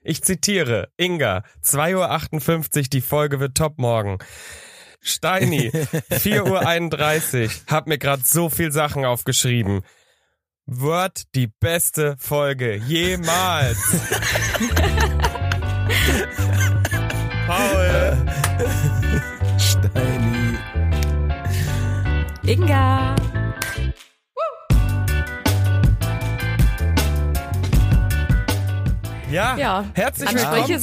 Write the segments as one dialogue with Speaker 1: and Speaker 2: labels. Speaker 1: Ich zitiere, Inga, 2.58 Uhr, die Folge wird top morgen. Steini, 4.31 Uhr, hab mir gerade so viel Sachen aufgeschrieben. Word, die beste Folge jemals. Paul,
Speaker 2: Steini.
Speaker 3: Inga.
Speaker 1: ja,
Speaker 3: Ja,
Speaker 1: herzlich
Speaker 3: Ansprüche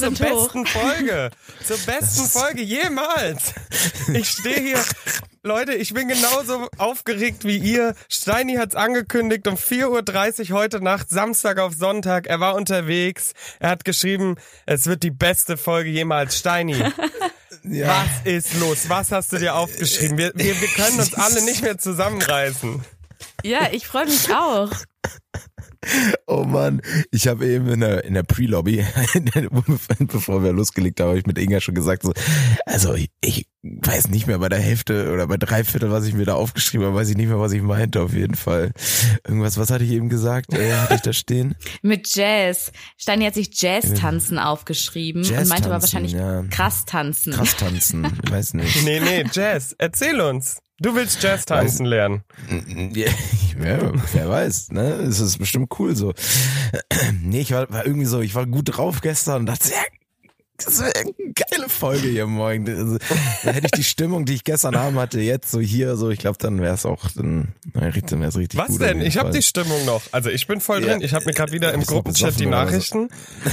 Speaker 1: willkommen zur
Speaker 3: sind hoch.
Speaker 1: besten Folge. Zur besten Folge jemals. Ich stehe hier, Leute, ich bin genauso aufgeregt wie ihr. Steini hat's angekündigt um 4.30 Uhr heute Nacht, Samstag auf Sonntag. Er war unterwegs. Er hat geschrieben, es wird die beste Folge jemals. Steini,
Speaker 2: Ja.
Speaker 1: Was ist los? Was hast du dir aufgeschrieben? Wir, wir, wir können uns alle nicht mehr zusammenreißen.
Speaker 3: Ja, ich freue mich auch.
Speaker 2: Oh Mann, ich habe eben in der, in der Pre-Lobby, bevor wir losgelegt haben, habe ich mit Inga schon gesagt, so, also ich, ich weiß nicht mehr bei der Hälfte oder bei drei Viertel, was ich mir da aufgeschrieben habe, weiß ich nicht mehr, was ich meinte auf jeden Fall. Irgendwas, was hatte ich eben gesagt? Äh, hatte ich da stehen?
Speaker 3: Mit Jazz. Steini hat sich Jazz-Tanzen aufgeschrieben und meinte aber wahrscheinlich
Speaker 2: Jazz-Tanzen, ja.
Speaker 3: krass tanzen.
Speaker 2: krass tanzen, ich weiß nicht.
Speaker 1: Nee, nee, Jazz, erzähl uns. Du willst Jazz tanzen lernen.
Speaker 2: Ja, wer, wer weiß, ne? Es ist bestimmt cool so. Nee, ich war, war irgendwie so, ich war gut drauf gestern und dachte, ja, das wäre eine geile Folge hier morgen. Also, da hätte ich die Stimmung, die ich gestern Abend hatte, jetzt so hier, so, ich glaube, dann wäre es auch, dann, dann wäre es richtig
Speaker 1: Was
Speaker 2: gut.
Speaker 1: denn? Ich habe die Stimmung noch. Also ich bin voll
Speaker 2: Ja.
Speaker 1: drin. Ich habe mir gerade wieder im
Speaker 2: Bist du
Speaker 1: Gruppenchat die
Speaker 2: besoffen oder was?
Speaker 1: Nachrichten.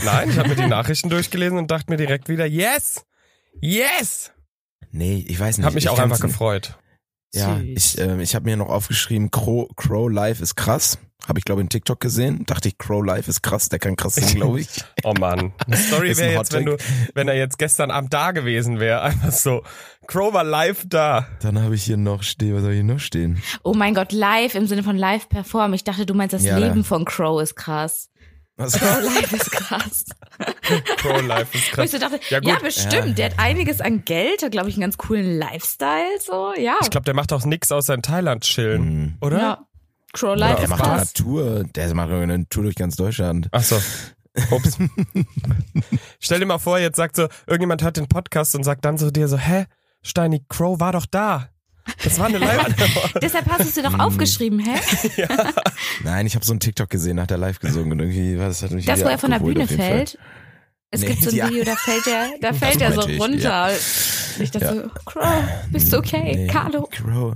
Speaker 1: Nein, ich habe mir die Nachrichten durchgelesen und dachte mir direkt wieder, yes! Yes!
Speaker 2: Nee, ich weiß nicht.
Speaker 1: Hab mich
Speaker 2: ich
Speaker 1: auch einfach
Speaker 2: kann's-
Speaker 1: gefreut.
Speaker 2: Ja, ich, ähm, ich habe mir noch aufgeschrieben, Crow, Crow Life ist krass. Habe ich, glaube ich, in TikTok gesehen. Dachte ich, Crow Life ist krass, der kann krass singen, glaube ich.
Speaker 1: Oh Mann. Eine Story
Speaker 2: Ist ein
Speaker 1: wäre jetzt, wenn du,
Speaker 2: Hot
Speaker 1: wenn er jetzt gestern Abend da gewesen wäre. Einfach so, Crow war live da.
Speaker 2: Dann habe ich hier noch stehen, was habe ich hier noch stehen?
Speaker 3: Oh mein Gott, live im Sinne von live perform. Ich dachte, du meinst, das
Speaker 2: Ja,
Speaker 3: Leben
Speaker 2: ja.
Speaker 3: von Crow ist krass. Oh,
Speaker 2: Was?
Speaker 3: Live ist krass.
Speaker 1: Crow live ist
Speaker 3: Wo
Speaker 1: krass.
Speaker 3: ich so dachte,
Speaker 1: Ja,
Speaker 3: ja,
Speaker 1: gut.
Speaker 3: bestimmt.
Speaker 2: Ja.
Speaker 3: Der hat einiges an Geld, hat, glaube ich, einen ganz coolen Lifestyle. So, ja.
Speaker 1: Ich glaube, der macht auch nix außer in Thailand chillen,
Speaker 2: Mhm.
Speaker 1: oder?
Speaker 3: ja. Crow
Speaker 2: Oder
Speaker 3: Life
Speaker 2: der
Speaker 3: ist
Speaker 2: macht eine
Speaker 3: krass.
Speaker 2: Tour, der macht eine Tour durch ganz Deutschland.
Speaker 1: Ach so. Ups. Stell dir mal vor, jetzt sagt so, irgendjemand hört den Podcast und sagt dann so dir so, hä, Steini Crow war doch da. Das war eine Live.
Speaker 3: Deshalb hast du es dir
Speaker 2: Hm.
Speaker 3: doch aufgeschrieben, hä?
Speaker 2: Nein, ich habe so einen TikTok gesehen, hat er live gesungen und irgendwie was hat mich
Speaker 3: Das, wo
Speaker 2: wieder
Speaker 3: er von der
Speaker 2: abgeholt
Speaker 3: Bühne
Speaker 2: auf jeden Fall.
Speaker 3: fällt. Es
Speaker 2: Nee,
Speaker 3: gibt so ein
Speaker 2: ja.
Speaker 3: Video, da fällt er, da fällt er so
Speaker 2: meinte ich,
Speaker 3: runter. Ich dachte
Speaker 2: Ja.
Speaker 3: so, Crow, bist du okay?
Speaker 2: Nee,
Speaker 3: Carlo.
Speaker 2: Crow.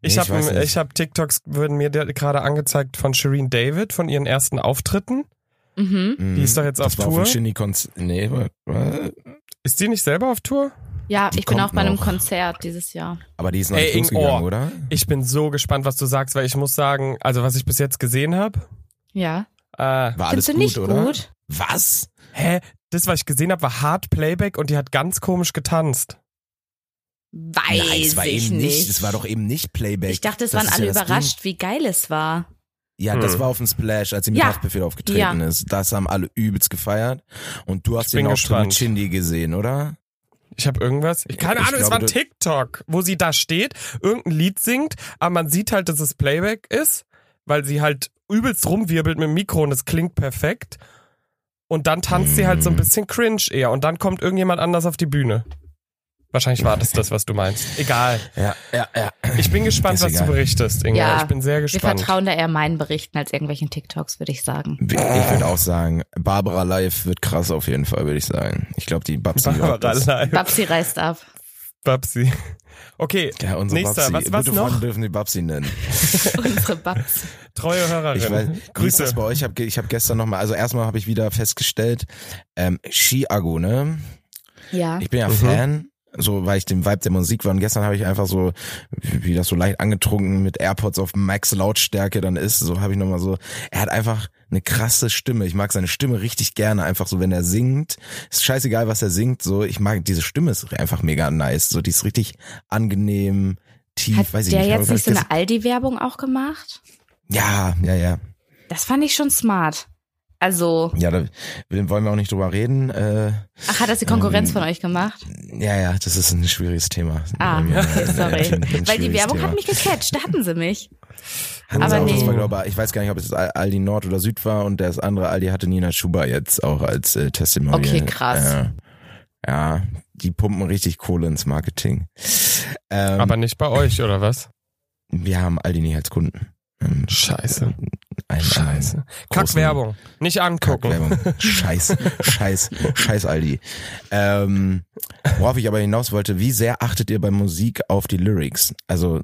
Speaker 1: ich
Speaker 2: ich
Speaker 1: habe
Speaker 2: weiß
Speaker 1: ich,
Speaker 2: nicht.
Speaker 1: hab TikToks wurden mir der- gerade angezeigt von Shireen David von ihren ersten Auftritten.
Speaker 3: Mhm.
Speaker 2: Mhm.
Speaker 1: Die ist doch jetzt
Speaker 2: das
Speaker 1: auf
Speaker 2: war Auf
Speaker 1: Tour.
Speaker 2: dem Shinny-Konz- nee, wa- wa-
Speaker 1: Ist die nicht selber auf Tour?
Speaker 3: Ja,
Speaker 2: Die
Speaker 3: ich bin
Speaker 2: kommt
Speaker 3: auch bei einem
Speaker 2: noch.
Speaker 3: Konzert dieses Jahr.
Speaker 2: aber die ist noch
Speaker 1: Ey,
Speaker 2: nicht
Speaker 1: Ing-
Speaker 2: losgegangen,
Speaker 1: oh.
Speaker 2: oder?
Speaker 1: Ich bin so gespannt, was du sagst, weil ich muss sagen, also was ich bis jetzt gesehen habe,
Speaker 3: Ja.
Speaker 1: äh,
Speaker 2: War alles
Speaker 3: Findest du
Speaker 2: gut,
Speaker 3: nicht
Speaker 2: oder?
Speaker 3: gut?
Speaker 2: Was?
Speaker 1: hä, das, was ich gesehen habe, war Hard Playback und die hat ganz komisch getanzt.
Speaker 3: Weiß
Speaker 2: Nein, es war
Speaker 3: ich
Speaker 2: eben
Speaker 3: nicht.
Speaker 2: es war doch eben nicht Playback.
Speaker 3: ich dachte, es
Speaker 2: Das
Speaker 3: waren
Speaker 2: ist
Speaker 3: alle
Speaker 2: ja das
Speaker 3: überrascht, wie geil es war.
Speaker 2: Ding. Ja,
Speaker 1: Hm.
Speaker 2: das war auf dem Splash, als sie mit
Speaker 3: Ja.
Speaker 2: Haftbefehl aufgetreten
Speaker 3: Ja.
Speaker 2: ist. Das haben alle übelst gefeiert. Und du hast
Speaker 1: Ich
Speaker 2: den
Speaker 1: bin
Speaker 2: Auftritt
Speaker 1: gespannt.
Speaker 2: mit Shindy gesehen, oder?
Speaker 1: Ich habe irgendwas. Ich keine
Speaker 2: Ich
Speaker 1: Ahnung, es
Speaker 2: glaube,
Speaker 1: war ein
Speaker 2: du-
Speaker 1: TikTok, wo sie da steht, irgendein Lied singt, aber man sieht halt, dass es Playback ist, weil sie halt übelst rumwirbelt mit dem Mikro und es klingt perfekt. Und dann tanzt sie halt so
Speaker 2: Hm.
Speaker 1: ein bisschen cringe eher und dann kommt irgendjemand anders auf die Bühne. Wahrscheinlich war das das, was du meinst. Egal.
Speaker 2: Ja, ja, ja.
Speaker 1: Ich bin gespannt,
Speaker 2: Ist
Speaker 1: was
Speaker 2: egal.
Speaker 1: du berichtest, Inga.
Speaker 3: Ja.
Speaker 1: Ich bin sehr
Speaker 3: Wir
Speaker 1: gespannt.
Speaker 3: vertrauen da eher meinen Berichten als irgendwelchen TikToks, würde ich sagen.
Speaker 2: Ich würde auch sagen, Barbara Live wird krass auf jeden Fall, würde ich sagen. Ich glaube, die Babsi wird
Speaker 1: Barbara
Speaker 2: das.
Speaker 1: live.
Speaker 3: Babsi reißt ab.
Speaker 1: Babsi. Okay,
Speaker 2: Ja, unsere
Speaker 1: nächster.
Speaker 2: Babsi.
Speaker 1: Was, was
Speaker 2: Gute
Speaker 1: noch?
Speaker 2: Freunde dürfen die Babsi nennen.
Speaker 3: Unsere Babsi.
Speaker 1: Treue Hörerin.
Speaker 2: Ich weiß, ähm, wie ist
Speaker 1: Grüße.
Speaker 2: das bei euch? Ich habe ich hab gestern nochmal, also erstmal habe ich wieder festgestellt, ähm, Chiago, ne?
Speaker 3: Ja.
Speaker 2: Ich bin ja Fan, so weil ich dem Vibe der Musik war. Und gestern habe ich einfach so, wie das so leicht angetrunken mit AirPods auf Max Lautstärke dann ist, so habe ich nochmal so, er hat einfach eine krasse Stimme. Ich mag seine Stimme richtig gerne, einfach so, wenn er singt. Ist scheißegal, was er singt, so, ich mag, diese Stimme ist einfach mega nice, so, die ist richtig angenehm, tief,
Speaker 3: Hat
Speaker 2: weiß ich
Speaker 3: der
Speaker 2: nicht.
Speaker 3: jetzt
Speaker 2: aber
Speaker 3: nicht so eine
Speaker 2: vielleicht-
Speaker 3: Aldi-Werbung auch gemacht?
Speaker 2: ja, ja, ja.
Speaker 3: Das fand ich schon smart. Also,
Speaker 2: Ja, da will- wollen wir auch nicht drüber reden. Äh,
Speaker 3: ach, hat das die Konkurrenz
Speaker 2: Ähm,
Speaker 3: von euch gemacht?
Speaker 2: ja, ja, das ist ein schwieriges Thema.
Speaker 3: Ah,
Speaker 2: Bei mir,
Speaker 3: okay,
Speaker 2: äh,
Speaker 3: sorry.
Speaker 2: ein- ein
Speaker 3: Weil die
Speaker 2: schwieriges
Speaker 3: Werbung
Speaker 2: Thema.
Speaker 3: hat mich gecatcht, da hatten sie mich.
Speaker 2: Hansa
Speaker 3: Aber
Speaker 2: Autos
Speaker 3: nee.
Speaker 2: war, glaube ich, ich weiß gar nicht, ob es Al- Aldi Nord oder Süd war und das andere Aldi hatte Nina Schuber jetzt auch als äh, Testimonial.
Speaker 3: Okay, krass.
Speaker 2: Äh, ja, die pumpen richtig Kohle ins Marketing. Ähm,
Speaker 1: Aber nicht bei euch, oder was?
Speaker 2: wir haben Aldi nicht als Kunden. Ähm,
Speaker 1: Scheiße.
Speaker 2: einen
Speaker 1: Scheiße. Kackwerbung. Nicht angucken.
Speaker 2: Kackwerbung. Scheiß, Scheiß, Scheiß Aldi. Ähm, worauf ich aber hinaus wollte, wie sehr achtet ihr bei Musik auf die Lyrics? Also,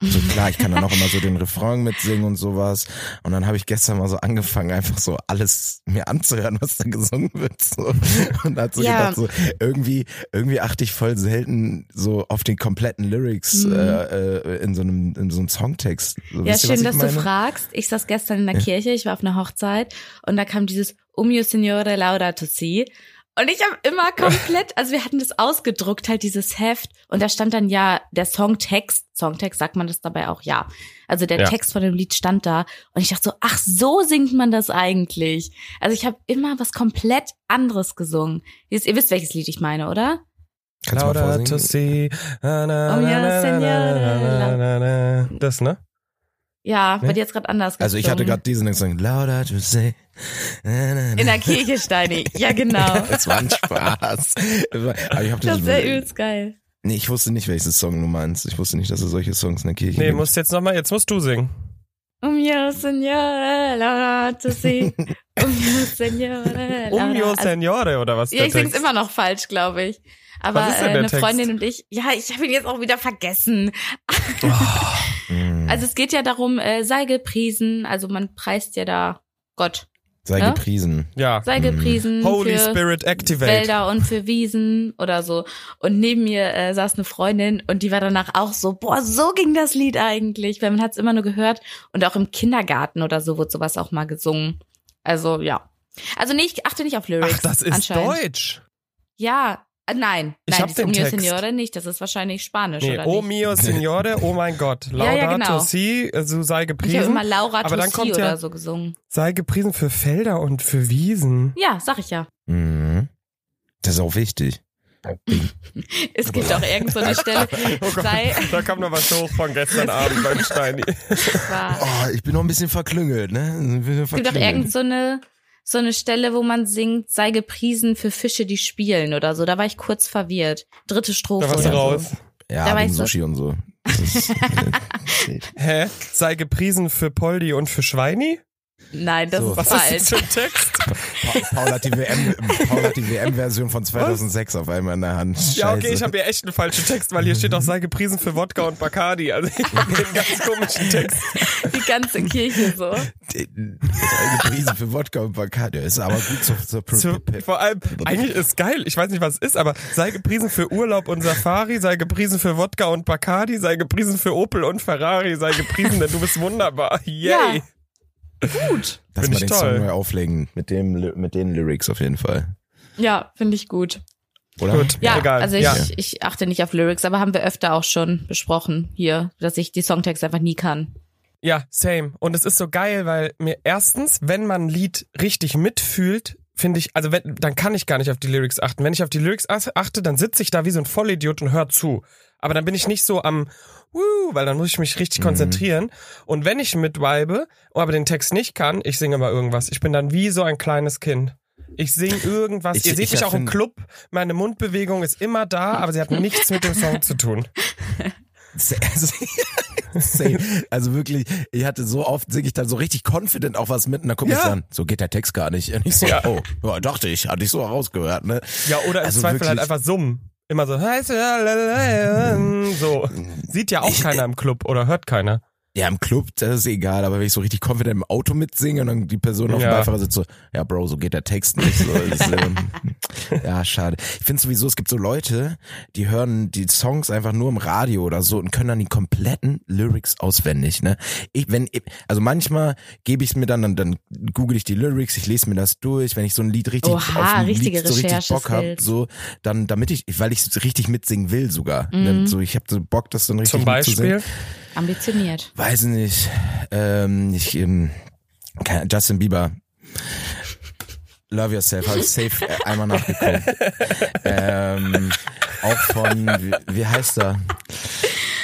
Speaker 2: so klar, ich kann dann auch immer so den Refrain mitsingen und sowas. Und dann habe ich gestern mal so angefangen, einfach so alles mir anzuhören, was da gesungen wird. So. Und hat so
Speaker 3: Ja.
Speaker 2: gedacht, so, irgendwie, irgendwie achte ich voll selten so auf den kompletten Lyrics
Speaker 3: Mhm.
Speaker 2: äh, äh, in so einem, in so einem Songtext. So,
Speaker 3: Ja,
Speaker 2: wisst ihr, was
Speaker 3: schön,
Speaker 2: ich
Speaker 3: dass
Speaker 2: meine?
Speaker 3: du fragst. Ich saß gestern in der Kirche, ich war auf einer Hochzeit und da kam dieses Umio Signore Laudato Si. Und ich habe immer komplett, also wir hatten das ausgedruckt, halt dieses Heft. Und da stand dann ja der Songtext, Songtext sagt man das dabei auch, ja. Also der
Speaker 1: Ja.
Speaker 3: Text von dem Lied stand da. Und ich dachte so, ach, so singt man das eigentlich. Also ich habe immer was komplett anderes gesungen. Dieses, ihr wisst, welches Lied ich meine, oder?
Speaker 2: Kannst du mal
Speaker 1: Laudato si.
Speaker 2: vorsingen?
Speaker 1: Na, na,
Speaker 3: Oh ja,
Speaker 1: na, na, na, na, na, na, na. Das,
Speaker 2: Hm.
Speaker 1: ne?
Speaker 3: Ja,
Speaker 1: Nee.
Speaker 3: bei dir jetzt gerade anders
Speaker 2: Also ich hatte
Speaker 3: gesungen.
Speaker 2: gerade diesen gesungen, louder to say. Na, na, na.
Speaker 3: In der Kirche, Steini. Ja, genau.
Speaker 2: Es war ein Spaß. Aber ich hab
Speaker 3: Das
Speaker 2: das,
Speaker 3: wäre übelst geil.
Speaker 2: nee, ich wusste nicht, welches Song du meinst. Ich wusste nicht, dass es solche Songs in der Kirche
Speaker 1: Nee,
Speaker 2: gibt.
Speaker 1: musst jetzt nochmal, jetzt musst du singen.
Speaker 3: Um Mio Signore, Laudato Si. Um Mio Signore,
Speaker 1: Um
Speaker 3: Laudato
Speaker 1: mio
Speaker 3: Also,
Speaker 1: Signore, oder was?
Speaker 3: ja,
Speaker 1: der
Speaker 3: ich sing's
Speaker 1: Text?
Speaker 3: immer noch falsch, glaube ich. Aber
Speaker 1: Was ist denn
Speaker 3: äh,
Speaker 1: der
Speaker 3: eine
Speaker 1: Text?
Speaker 3: Freundin und ich, ja, ich habe ihn jetzt auch wieder vergessen.
Speaker 2: Mm.
Speaker 3: Also es geht ja darum, äh, sei gepriesen, also man preist ja da Gott.
Speaker 2: Sei
Speaker 3: ja?
Speaker 2: gepriesen.
Speaker 1: Ja.
Speaker 3: Sei
Speaker 2: Mhm.
Speaker 3: gepriesen
Speaker 1: Holy
Speaker 3: für
Speaker 1: Spirit Activate.
Speaker 3: Wälder und für Wiesen oder so. Und neben mir äh, saß eine Freundin und die war danach auch so, boah, so ging das Lied eigentlich, weil man hat's immer nur gehört und auch im Kindergarten oder so wurde sowas auch mal gesungen. Also ja. Also nee, ich achte nicht auf Lyrics.
Speaker 1: Ach, das ist
Speaker 3: anscheinend.
Speaker 1: Deutsch.
Speaker 3: Ja, äh, nein,
Speaker 1: Ich
Speaker 3: nein,
Speaker 1: hab
Speaker 3: das
Speaker 1: den
Speaker 3: Unio
Speaker 1: Text.
Speaker 3: Signore nicht, das ist wahrscheinlich Spanisch
Speaker 1: Nee,
Speaker 3: oder
Speaker 1: oh
Speaker 3: nicht.
Speaker 1: mio Signore, oh mein Gott.
Speaker 3: Ja,
Speaker 1: Laudato
Speaker 3: ja, genau.
Speaker 1: si, so also sei
Speaker 3: Ich habe immer
Speaker 1: gepriesen.
Speaker 3: Laura
Speaker 1: Aber dann
Speaker 3: Tossi
Speaker 1: kommt ja-
Speaker 3: oder so gesungen.
Speaker 1: Sei gepriesen für Felder und für Wiesen.
Speaker 3: Ja, sag ich ja.
Speaker 2: Mhm. Das ist auch wichtig.
Speaker 3: Es gibt auch irgend so eine
Speaker 1: Oh
Speaker 3: Stelle. sei,
Speaker 1: Da kam noch was hoch von gestern Abend beim Steini.
Speaker 3: war,
Speaker 2: Oh, ich bin noch ein bisschen verklüngelt, ne? Ein bisschen
Speaker 3: Es gibt auch irgend
Speaker 2: verklüngelt.
Speaker 3: so eine, so eine Stelle, wo man singt, sei gepriesen für Fische, die spielen oder so. Da war ich kurz verwirrt. Dritte Strophe.
Speaker 1: Da warst du
Speaker 3: oder so.
Speaker 1: raus.
Speaker 3: da
Speaker 2: Ja, wegen
Speaker 3: weißt du-
Speaker 2: Sushi und so. Das ist,
Speaker 1: Hä? Sei gepriesen für Poldi und für Schweini?
Speaker 3: Nein, das
Speaker 2: So.
Speaker 3: ist
Speaker 1: Was
Speaker 3: falsch.
Speaker 1: ist das für ein Text?
Speaker 2: Pa Paul hat die WM Paul hat die WM-Version von 2006 auf einmal in der Hand. Scheiße.
Speaker 1: Ja, okay, ich habe hier echt einen falschen Text, weil hier steht auch, sei gepriesen für Wodka und Bacardi. Also ich habe hier einen ganz komischen Text.
Speaker 3: Die ganze Kirche so.
Speaker 2: äh, gepriesen für Wodka und Bacardi. Ist aber gut zur, zur,
Speaker 1: Zu,
Speaker 2: zur,
Speaker 1: vor allem, eigentlich ist geil, ich weiß nicht, was es ist, aber sei gepriesen für Urlaub und Safari, sei gepriesen für Wodka und Bacardi, sei gepriesen für Opel und Ferrari, sei gepriesen, denn du bist wunderbar. Yay!
Speaker 3: Ja.
Speaker 2: Lass
Speaker 1: Find
Speaker 2: mal
Speaker 1: ich
Speaker 2: den
Speaker 1: toll.
Speaker 2: Song neu auflegen. Mit, dem, Ly- mit den Lyrics auf jeden Fall.
Speaker 3: Ja, finde ich gut.
Speaker 2: Oder?
Speaker 1: Gut.
Speaker 3: Ja,
Speaker 1: Egal.
Speaker 3: also ich,
Speaker 1: Ja.
Speaker 3: ich achte nicht auf Lyrics, aber haben wir öfter auch schon besprochen hier, dass ich die Songtexte einfach nie kann.
Speaker 1: Ja, same. Und es ist so geil, weil mir erstens, wenn man ein Lied richtig mitfühlt, finde ich, also wenn, dann kann ich gar nicht auf die Lyrics achten. Wenn ich auf die Lyrics ach- achte, dann sitze ich da wie so ein Vollidiot und höre zu. Aber dann bin ich nicht so am Wuh, weil dann muss ich mich
Speaker 2: Mhm.
Speaker 1: richtig konzentrieren. Und wenn ich mitweibe, aber den Text nicht kann, ich singe mal irgendwas. Ich bin dann wie so ein kleines Kind. Ich singe irgendwas.
Speaker 2: Ich-
Speaker 1: Ihr seht
Speaker 2: ich
Speaker 1: mich auch im
Speaker 2: erfind-
Speaker 1: Club. Meine Mundbewegung ist immer da, aber sie hat nichts mit dem Song zu tun.
Speaker 2: Sa- Also, same. also wirklich, ich hatte so oft, singe ich dann so richtig confident auch was mit und dann guck ich
Speaker 1: Ja.
Speaker 2: dann, so geht der Text gar nicht. Und ich so,
Speaker 1: Ja.
Speaker 2: oh, ja, dachte ich, hatte ich so rausgehört, ne?
Speaker 1: Ja, oder im
Speaker 2: Also
Speaker 1: Zweifel halt
Speaker 2: wirklich-
Speaker 1: einfach summen. Immer so, heiß, ja, la, la, la, so. Sieht ja
Speaker 2: äh,
Speaker 1: auch keiner im Club oder hört keiner.
Speaker 2: Ja, im Club, das ist egal, aber wenn ich so richtig confident im Auto mitsinge und dann die Person auf
Speaker 1: Ja.
Speaker 2: dem Beifahrersitz so, ja, Bro, so geht der Text nicht. So, das ist, ähm, ja, schade. Ich finde sowieso, es gibt so Leute, die hören die Songs einfach nur im Radio oder so und können dann die kompletten Lyrics auswendig. Ne? Ich, wenn, also manchmal gebe ich es mir dann, dann, dann google ich die Lyrics, ich lese mir das durch, wenn ich so ein Lied richtig
Speaker 3: Oha,
Speaker 2: auf ein
Speaker 3: richtige
Speaker 2: Lied so richtig Bock habe,
Speaker 3: Recherche-Skills.
Speaker 2: so, dann, damit ich, weil ich richtig mitsingen will sogar.
Speaker 3: Mhm.
Speaker 2: Ne? So, ich habe so Bock, das dann richtig
Speaker 1: Zum
Speaker 2: mitzusingen
Speaker 1: Beispiel.
Speaker 3: Ambitioniert.
Speaker 2: weiß nicht, ähm, ich, ähm, keine- Justin Bieber. Love Yourself, habe ich safe äh, einmal nachgeguckt. ähm, auch von, wie, wie heißt er?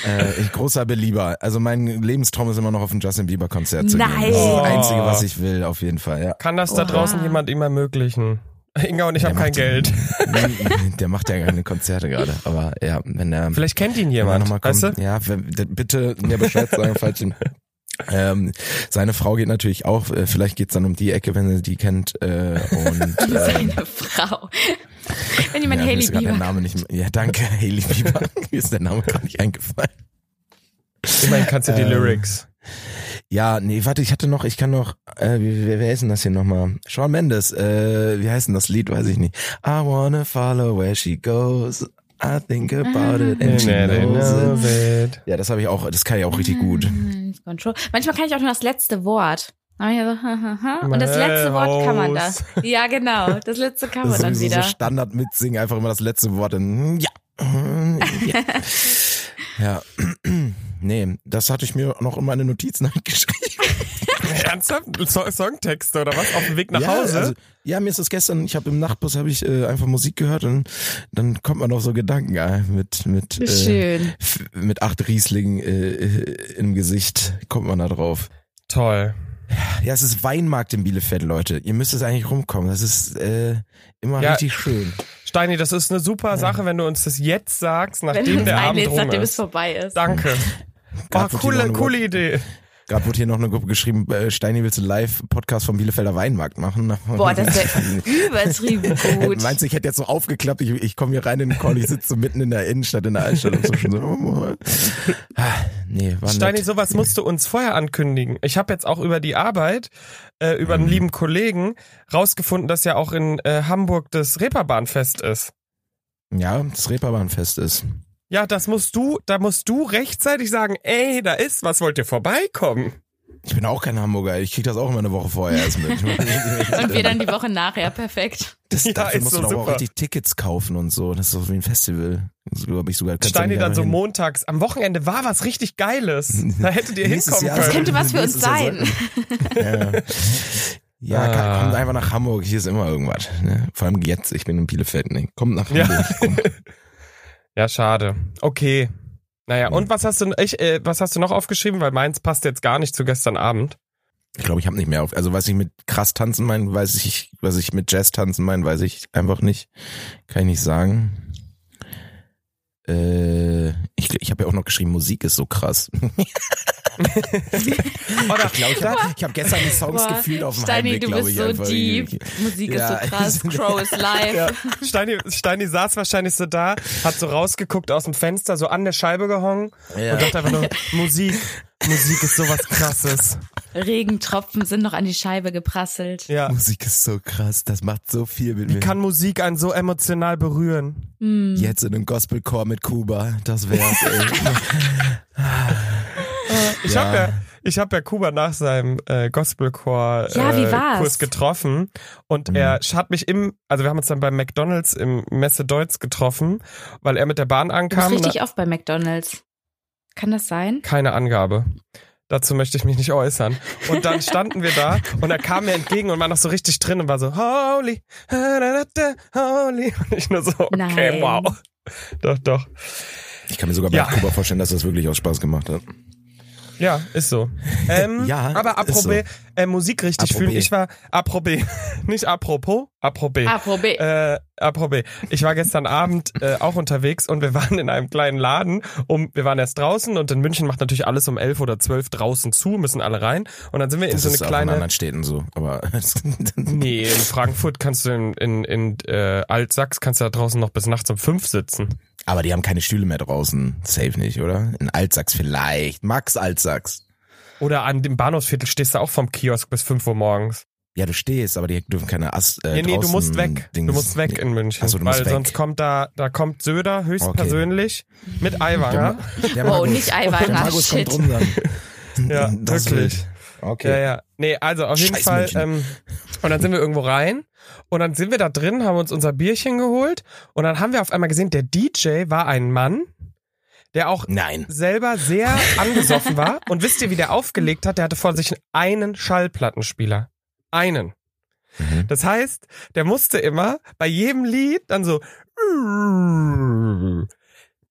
Speaker 2: Äh, ich großer Belieber. Also mein Lebenstraum ist immer noch auf ein Justin Bieber Konzert zu
Speaker 3: Nein.
Speaker 2: gehen. Das ist
Speaker 1: Oh.
Speaker 2: das Einzige, was ich will, auf jeden Fall. Ja.
Speaker 1: Kann das da
Speaker 3: Oha.
Speaker 1: draußen jemand ihm ermöglichen? Inga und ich haben
Speaker 2: Der
Speaker 1: kein
Speaker 2: macht-
Speaker 1: Geld.
Speaker 2: Der macht ja keine Konzerte gerade, aber ja, wenn er
Speaker 1: Vielleicht kennt ihn
Speaker 2: wenn er
Speaker 1: jemand,
Speaker 2: noch mal kommt,
Speaker 1: weißt du?
Speaker 2: ja, wenn, d- bitte mir Bescheid sagen, falls ihn, ähm, seine Frau geht natürlich auch, äh, vielleicht geht's dann um die Ecke, wenn sie die kennt äh, und ähm,
Speaker 3: Seine Frau. Wenn
Speaker 2: ja,
Speaker 3: jemand
Speaker 2: mir
Speaker 3: Haley
Speaker 2: ist gerade der
Speaker 3: Bieber.
Speaker 2: Name nicht mehr, ja danke Haley Bieber, mir ist der Name gerade nicht eingefallen.
Speaker 1: Immerhin kannst du die
Speaker 2: Ähm,
Speaker 1: Lyrics.
Speaker 2: Ja, nee, warte, ich hatte noch, ich kann noch, äh, wie- wer, wer ist denn das hier nochmal? Shawn Mendes, äh, wie heißt denn das Lied, weiß ich nicht. I wanna follow where she goes, I think about it and she knows it. Ja, das habe ich auch, das kann ich auch richtig gut.
Speaker 3: Hm, Control. Manchmal kann ich auch nur das letzte Wort. Dann bin ich so, ha, ha, ha. Und das letzte Wort kann man da.
Speaker 1: Äh, Raus.
Speaker 3: Ja, genau. Das letzte kann
Speaker 2: Das
Speaker 3: man
Speaker 2: ist
Speaker 3: dann
Speaker 2: sowieso
Speaker 3: wieder.
Speaker 2: so Standard mitsingen, einfach immer das letzte Wort. Dann, ja. ja. ja. Nee, das hatte ich mir noch in meine Notizen geschrieben.
Speaker 1: Ernsthaft? So Songtexte oder was? Auf dem Weg nach
Speaker 2: ja,
Speaker 1: Hause?
Speaker 2: also- ja, mir ist das gestern, ich habe im Nachtbus habe ich äh, einfach Musik gehört und dann kommt man auf so Gedanken äh, mit mit äh,
Speaker 3: Schön.
Speaker 2: f- mit acht Rieslingen äh, im Gesicht kommt man da drauf.
Speaker 1: Toll.
Speaker 2: Ja, es ist Weinmarkt in Bielefeld, Leute. Ihr müsst es eigentlich rumkommen. Das ist äh, immer
Speaker 1: Ja.
Speaker 2: richtig schön.
Speaker 1: Steini, das ist eine super Sache, wenn du uns das jetzt sagst,
Speaker 3: Wenn du
Speaker 1: nachdem
Speaker 3: uns
Speaker 1: der Abend
Speaker 3: einlädst,
Speaker 1: rum
Speaker 3: nachdem es
Speaker 1: ist.
Speaker 3: vorbei ist.
Speaker 1: Danke. Oh,
Speaker 2: Grad wird die
Speaker 1: coole,
Speaker 2: Laune
Speaker 1: coole
Speaker 2: rot.
Speaker 1: Idee.
Speaker 2: Gerade wurde hier noch eine Gruppe geschrieben, äh, Steini willst du einen Live-Podcast vom Bielefelder Weinmarkt machen?
Speaker 3: Boah, das wäre übertrieben gut.
Speaker 2: Meinst du, ich hätte jetzt so aufgeklappt, ich, ich komme hier rein in den Call, ich sitze so mitten in der Innenstadt, in der Altstadt und so schon so. oh, oh. Ah, nee, war
Speaker 1: Steini,
Speaker 2: nett.
Speaker 1: sowas musst du uns vorher ankündigen. Ich habe jetzt auch über die Arbeit, äh, über
Speaker 2: Mhm.
Speaker 1: einen lieben Kollegen, rausgefunden, dass ja auch in äh, Hamburg das Reeperbahnfest ist.
Speaker 2: Ja, das Reeperbahnfest ist.
Speaker 1: Ja, das musst du, da musst du rechtzeitig sagen, ey, da ist was, wollt ihr vorbeikommen?
Speaker 2: Ich bin auch kein Hamburger, ich krieg das auch immer eine Woche vorher erst mit.
Speaker 3: Und wir dann die Woche nachher, perfekt.
Speaker 2: das,
Speaker 1: Ja,
Speaker 2: dafür
Speaker 1: ist
Speaker 2: musst
Speaker 1: so
Speaker 2: du aber auch
Speaker 1: super.
Speaker 2: richtig Tickets kaufen und so. Das ist so wie ein Festival. So, glaub ich sogar. kannst du
Speaker 1: Steini
Speaker 2: nicht
Speaker 1: dann so
Speaker 2: einfach hin.
Speaker 1: montags, am Wochenende war was richtig Geiles. Da hättet ihr
Speaker 2: Nächstes
Speaker 1: hinkommen
Speaker 2: Jahr
Speaker 1: können.
Speaker 3: Das könnte was für uns
Speaker 2: Nächstes Jahr
Speaker 3: sein.
Speaker 2: Ja, ja
Speaker 1: Ah.
Speaker 2: ka- kommt einfach nach Hamburg, hier ist immer irgendwas. Ne? Vor allem jetzt, ich bin in Bielefeld. Ne? Kommt nach
Speaker 1: Ja.
Speaker 2: Hamburg. Kommt.
Speaker 1: Ja, schade. Okay. Naja, und was hast du, ich, äh, was hast du noch aufgeschrieben? Weil meins passt jetzt gar nicht zu gestern Abend.
Speaker 2: Ich glaube, ich habe nicht mehr auf. Also was ich mit krass tanzen meine, weiß ich, was ich mit Jazz tanzen meine, weiß ich einfach nicht. Kann ich nicht sagen. Äh, ich ich habe ja auch noch geschrieben, Musik ist so krass.
Speaker 1: Oder,
Speaker 2: Ich glaube, ich habe ich hab gestern die Songs
Speaker 3: Boah,
Speaker 2: gefühlt auf dem
Speaker 3: Steini,
Speaker 2: Heimweg,
Speaker 3: du
Speaker 2: glaube
Speaker 3: bist
Speaker 2: ich.
Speaker 3: so
Speaker 2: einfach.
Speaker 3: deep. Musik
Speaker 2: Ja.
Speaker 3: ist so krass. Crow is live.
Speaker 2: Ja.
Speaker 1: Steini, Steini saß wahrscheinlich so da, hat so rausgeguckt aus dem Fenster, so an der Scheibe gehangen
Speaker 2: Ja.
Speaker 1: und dachte einfach nur, Musik, Musik ist sowas krasses.
Speaker 3: Regentropfen sind noch an die Scheibe geprasselt.
Speaker 1: Ja.
Speaker 2: Musik ist so krass, das macht so viel mit
Speaker 1: Wie
Speaker 2: mir.
Speaker 1: kann Musik einen so emotional berühren?
Speaker 2: Jetzt in einem Gospelchor mit Kuba, das wär's. Ey.
Speaker 1: Ich
Speaker 2: Ja.
Speaker 1: habe ja, ich hab ja Kuba nach seinem äh, Gospelchor
Speaker 3: Ja, wie war's? Mhm.
Speaker 1: äh, Kurs getroffen und er hat mich im, also wir haben uns dann beim McDonalds im Messe Deutz getroffen, weil er mit der Bahn
Speaker 3: Du bist
Speaker 1: ankam.
Speaker 3: richtig oft bei McDonalds. Kann das sein?
Speaker 1: keine Angabe. Dazu möchte ich mich nicht äußern. Und dann standen wir da und er kam mir entgegen und war noch so richtig drin und war so, holy, da, da, da, holy. Und ich nur so, okay,
Speaker 3: Nein.
Speaker 1: wow. Doch, doch.
Speaker 2: Ich kann mir sogar bei
Speaker 1: Ja.
Speaker 2: Kuba vorstellen, dass das wirklich auch Spaß gemacht hat.
Speaker 1: Ja, ist so. Ähm,
Speaker 2: Ja,
Speaker 1: aber
Speaker 2: ist
Speaker 1: apropos
Speaker 2: so.
Speaker 1: äh, Musik richtig
Speaker 2: Apropos.
Speaker 1: fühlen. Ich war apropos, nicht apropos, apropos.
Speaker 3: Apropos.
Speaker 1: Äh, apropos, ich war gestern Abend äh, auch unterwegs und wir waren in einem kleinen Laden. Um, wir waren erst draußen und in München macht natürlich alles um elf oder zwölf draußen zu, müssen alle rein. Und dann sind wir in
Speaker 2: Das
Speaker 1: so eine
Speaker 2: ist auch in
Speaker 1: kleine
Speaker 2: anderen Städten so, aber
Speaker 1: Nee, in Frankfurt kannst du in, in, in äh, Altsachs kannst du da draußen noch bis nachts um fünf sitzen.
Speaker 2: aber die haben keine Stühle mehr draußen, safe nicht, oder? In Altsachs vielleicht, Max Altsachs.
Speaker 1: Oder an dem Bahnhofsviertel stehst du auch vom Kiosk bis fünf Uhr morgens.
Speaker 2: Ja, du stehst, aber die dürfen keine Ast äh,
Speaker 1: Nee, nee, du
Speaker 2: draußen
Speaker 1: musst weg.
Speaker 2: Dings-
Speaker 1: Du musst weg in München.
Speaker 2: Ach so, du musst
Speaker 1: weil
Speaker 2: weg.
Speaker 1: sonst kommt da, da kommt Söder höchstpersönlich mit Aiwanger.
Speaker 2: Der
Speaker 3: Oh,
Speaker 2: Magus-
Speaker 3: nicht
Speaker 2: Der
Speaker 3: Eiweiß.
Speaker 2: Magus kommt
Speaker 3: Shit.
Speaker 2: drum dann.
Speaker 1: Ja,
Speaker 2: Das
Speaker 1: wirklich.
Speaker 2: will ich. Okay.
Speaker 1: Ja, ja. Nee, also auf jeden
Speaker 2: Scheiß
Speaker 1: Fall.
Speaker 2: München.
Speaker 1: Ähm, und dann sind wir irgendwo rein und dann sind wir da drin, haben uns unser Bierchen geholt und dann haben wir auf einmal gesehen, der DJ war ein Mann, der auch
Speaker 2: Nein.
Speaker 1: selber sehr angesoffen war. Und wisst ihr, wie der aufgelegt hat? Der hatte vor sich einen Schallplattenspieler. Einen.
Speaker 2: Mhm.
Speaker 1: Das heißt, der musste immer bei jedem Lied dann so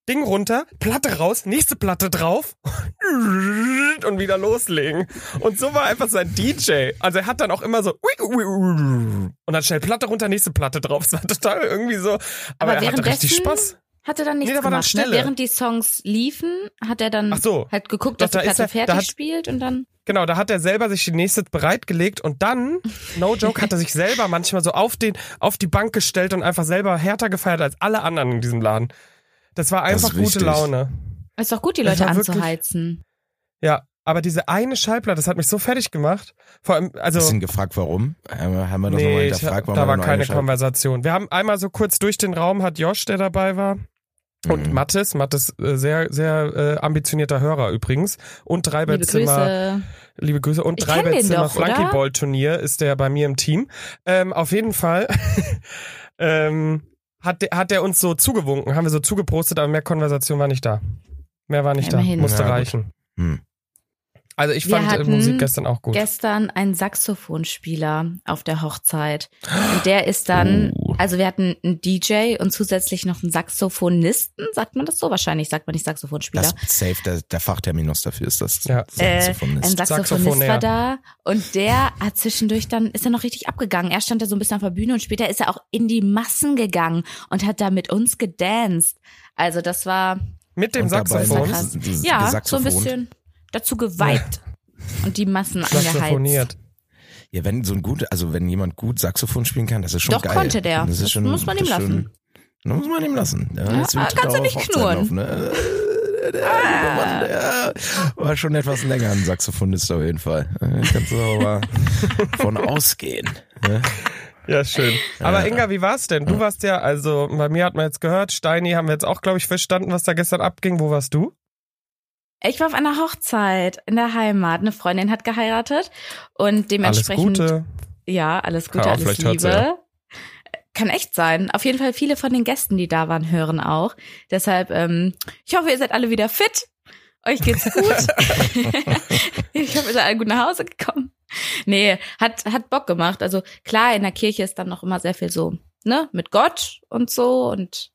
Speaker 1: Ding runter, Platte raus, nächste Platte drauf und wieder loslegen. Und so war einfach sein DJ. Also er hat dann auch immer so und dann schnell Platte runter, nächste Platte drauf. Es war total irgendwie so. Aber,
Speaker 3: Aber
Speaker 1: er hatte richtig
Speaker 3: währenddessen-
Speaker 1: Spaß.
Speaker 3: Hat er dann nichts
Speaker 1: Nee, da war dann
Speaker 3: gemacht. Ne?
Speaker 1: Stille.
Speaker 3: Während die Songs liefen, hat er dann
Speaker 1: Ach so.
Speaker 3: halt geguckt,
Speaker 1: Doch,
Speaker 3: dass die
Speaker 1: da ist
Speaker 3: Platte
Speaker 1: er- da
Speaker 3: fertig
Speaker 1: hat-
Speaker 3: spielt und dann.
Speaker 1: Genau, da hat er selber sich die nächste bereitgelegt und dann, no joke, hat er sich selber manchmal so auf, den, auf die Bank gestellt und einfach selber härter gefeiert als alle anderen in diesem Laden. Das war
Speaker 2: Das ist
Speaker 1: einfach gute
Speaker 2: wichtig.
Speaker 1: Laune.
Speaker 3: Ist doch gut, die
Speaker 1: Das
Speaker 3: Leute
Speaker 1: war wirklich-
Speaker 3: anzuheizen.
Speaker 1: Ja, aber diese eine Schallplatte, das hat mich so fertig gemacht. Vor allem, also.
Speaker 2: Bisschen gefragt, warum? Einmal haben wir das nochmal
Speaker 1: Nee, ich,
Speaker 2: hinterfragt, warum
Speaker 1: da
Speaker 2: wir
Speaker 1: war
Speaker 2: noch
Speaker 1: keine
Speaker 2: eingeschaltet-
Speaker 1: Konversation. Wir haben einmal so kurz durch den Raum hat Josh, der dabei war, und
Speaker 2: Mhm.
Speaker 1: Mattes, Mattes äh, sehr sehr äh, ambitionierter Hörer übrigens und
Speaker 3: Liebe
Speaker 1: Dreibettzimmer,
Speaker 3: Grüße.
Speaker 1: liebe Grüße und
Speaker 3: Ich kenn den
Speaker 1: Dreibettzimmer
Speaker 3: doch, oder?
Speaker 1: Flunkyball Turnier ist der bei mir im Team. Ähm, auf jeden Fall ähm, hat der, hat der uns so zugewunken, haben wir so zugeprostet, aber mehr Konversation war nicht da. Mehr war nicht
Speaker 3: Ja, immerhin.
Speaker 1: da, musste
Speaker 2: Ja, gut.
Speaker 1: reichen.
Speaker 2: Hm.
Speaker 1: Also ich
Speaker 3: Wir
Speaker 1: fand äh,
Speaker 3: hatten
Speaker 1: Musik gestern auch gut.
Speaker 3: Gestern ein Saxophonspieler auf der Hochzeit. Und der ist dann,
Speaker 1: Oh.
Speaker 2: Uh.
Speaker 3: also wir hatten einen DJ und zusätzlich noch einen Saxophonisten, sagt man das so? Wahrscheinlich sagt man nicht Saxophonspieler.
Speaker 2: Das safe, der, der Fachterminus dafür ist das.
Speaker 1: Ja. Äh,
Speaker 2: Saxophonist.
Speaker 3: ein Saxophonist
Speaker 1: Saxophonär.
Speaker 3: war da und der hat zwischendurch dann, ist er noch richtig abgegangen. Erst stand er so ein bisschen auf der Bühne und später ist er auch in die Massen gegangen und hat da mit uns gedanced. Also das war,
Speaker 1: Mit dem
Speaker 2: Und dabei
Speaker 3: das war
Speaker 1: Saxophon
Speaker 2: noch-
Speaker 3: krass.
Speaker 2: Ges-
Speaker 3: Ja, so ein
Speaker 2: gesaxophont.
Speaker 3: bisschen dazu geweiht und die Massen angeheizt.
Speaker 1: saxophoniert.
Speaker 2: Ja, wenn so ein gut, also wenn jemand gut Saxophon spielen kann, das ist schon
Speaker 3: Doch,
Speaker 2: geil.
Speaker 3: konnte der.
Speaker 2: Das, ist
Speaker 3: Das
Speaker 2: schon,
Speaker 3: muss man ihm
Speaker 2: das ist
Speaker 3: lassen.
Speaker 2: Schon, das muss man ihm lassen. Ja, jetzt wird
Speaker 3: aber kannst du
Speaker 2: auch
Speaker 3: nicht
Speaker 2: Hochzeiten
Speaker 3: knurren.
Speaker 2: laufen, ne? Äh, Der, junge Mann, der war schon etwas länger ein Saxophonist auf jeden Fall. Äh, Kannst du aber von ausgehen. Ne?
Speaker 1: Ja, schön.
Speaker 2: Ja.
Speaker 1: Aber Inga, wie war's denn? Du warst ja, also bei mir hat man jetzt gehört, Steini haben wir jetzt auch, glaube ich, verstanden, was da gestern abging. Wo warst du?
Speaker 3: Ich war auf einer Hochzeit in der Heimat. Eine Freundin hat geheiratet und
Speaker 1: Alles
Speaker 3: dementsprechend
Speaker 1: Gute.
Speaker 3: Ja, alles Gute,
Speaker 1: Ja,
Speaker 3: alles
Speaker 1: vielleicht hört sie
Speaker 3: Liebe. Kann echt sein. Auf jeden Fall viele von den Gästen, die da waren, hören auch. Deshalb, ähm, ich hoffe, ihr seid alle wieder fit. Euch geht's gut. ich hoffe, ihr seid alle gut nach Hause gekommen. Nee, hat, hat Bock gemacht. Also klar, in der Kirche ist dann noch immer sehr viel so, ne, mit Gott und so und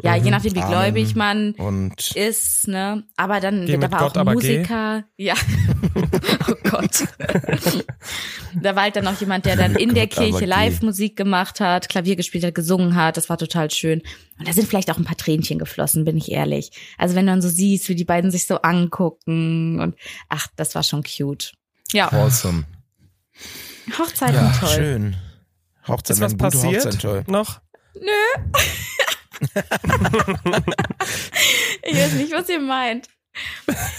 Speaker 3: ja,
Speaker 1: Mhm.
Speaker 3: je nachdem, wie
Speaker 2: Amen.
Speaker 3: gläubig man
Speaker 2: Und
Speaker 3: ist, ne? Aber dann,
Speaker 1: Geh
Speaker 3: da
Speaker 1: mit
Speaker 3: war
Speaker 1: Gott,
Speaker 3: auch
Speaker 1: aber geh.
Speaker 3: Musiker. Ja. oh Gott. da war halt dann noch jemand, der dann in der
Speaker 2: Gott, aber
Speaker 3: Kirche
Speaker 2: geh.
Speaker 3: live Musik gemacht hat, Klavier gespielt hat, gesungen hat. Das war total schön. Und da sind vielleicht auch ein paar Tränchen geflossen, bin ich ehrlich. Also wenn du dann so siehst, wie die beiden sich so angucken und ach, das war schon cute. Ja,
Speaker 2: awesome.
Speaker 3: Hochzeiten
Speaker 2: Ja,
Speaker 3: toll.
Speaker 2: schön. Hochzeit,
Speaker 1: Ist was
Speaker 2: eine gute
Speaker 1: passiert
Speaker 2: Hochzeit, toll.
Speaker 1: noch?
Speaker 3: Ich weiß nicht, was ihr meint.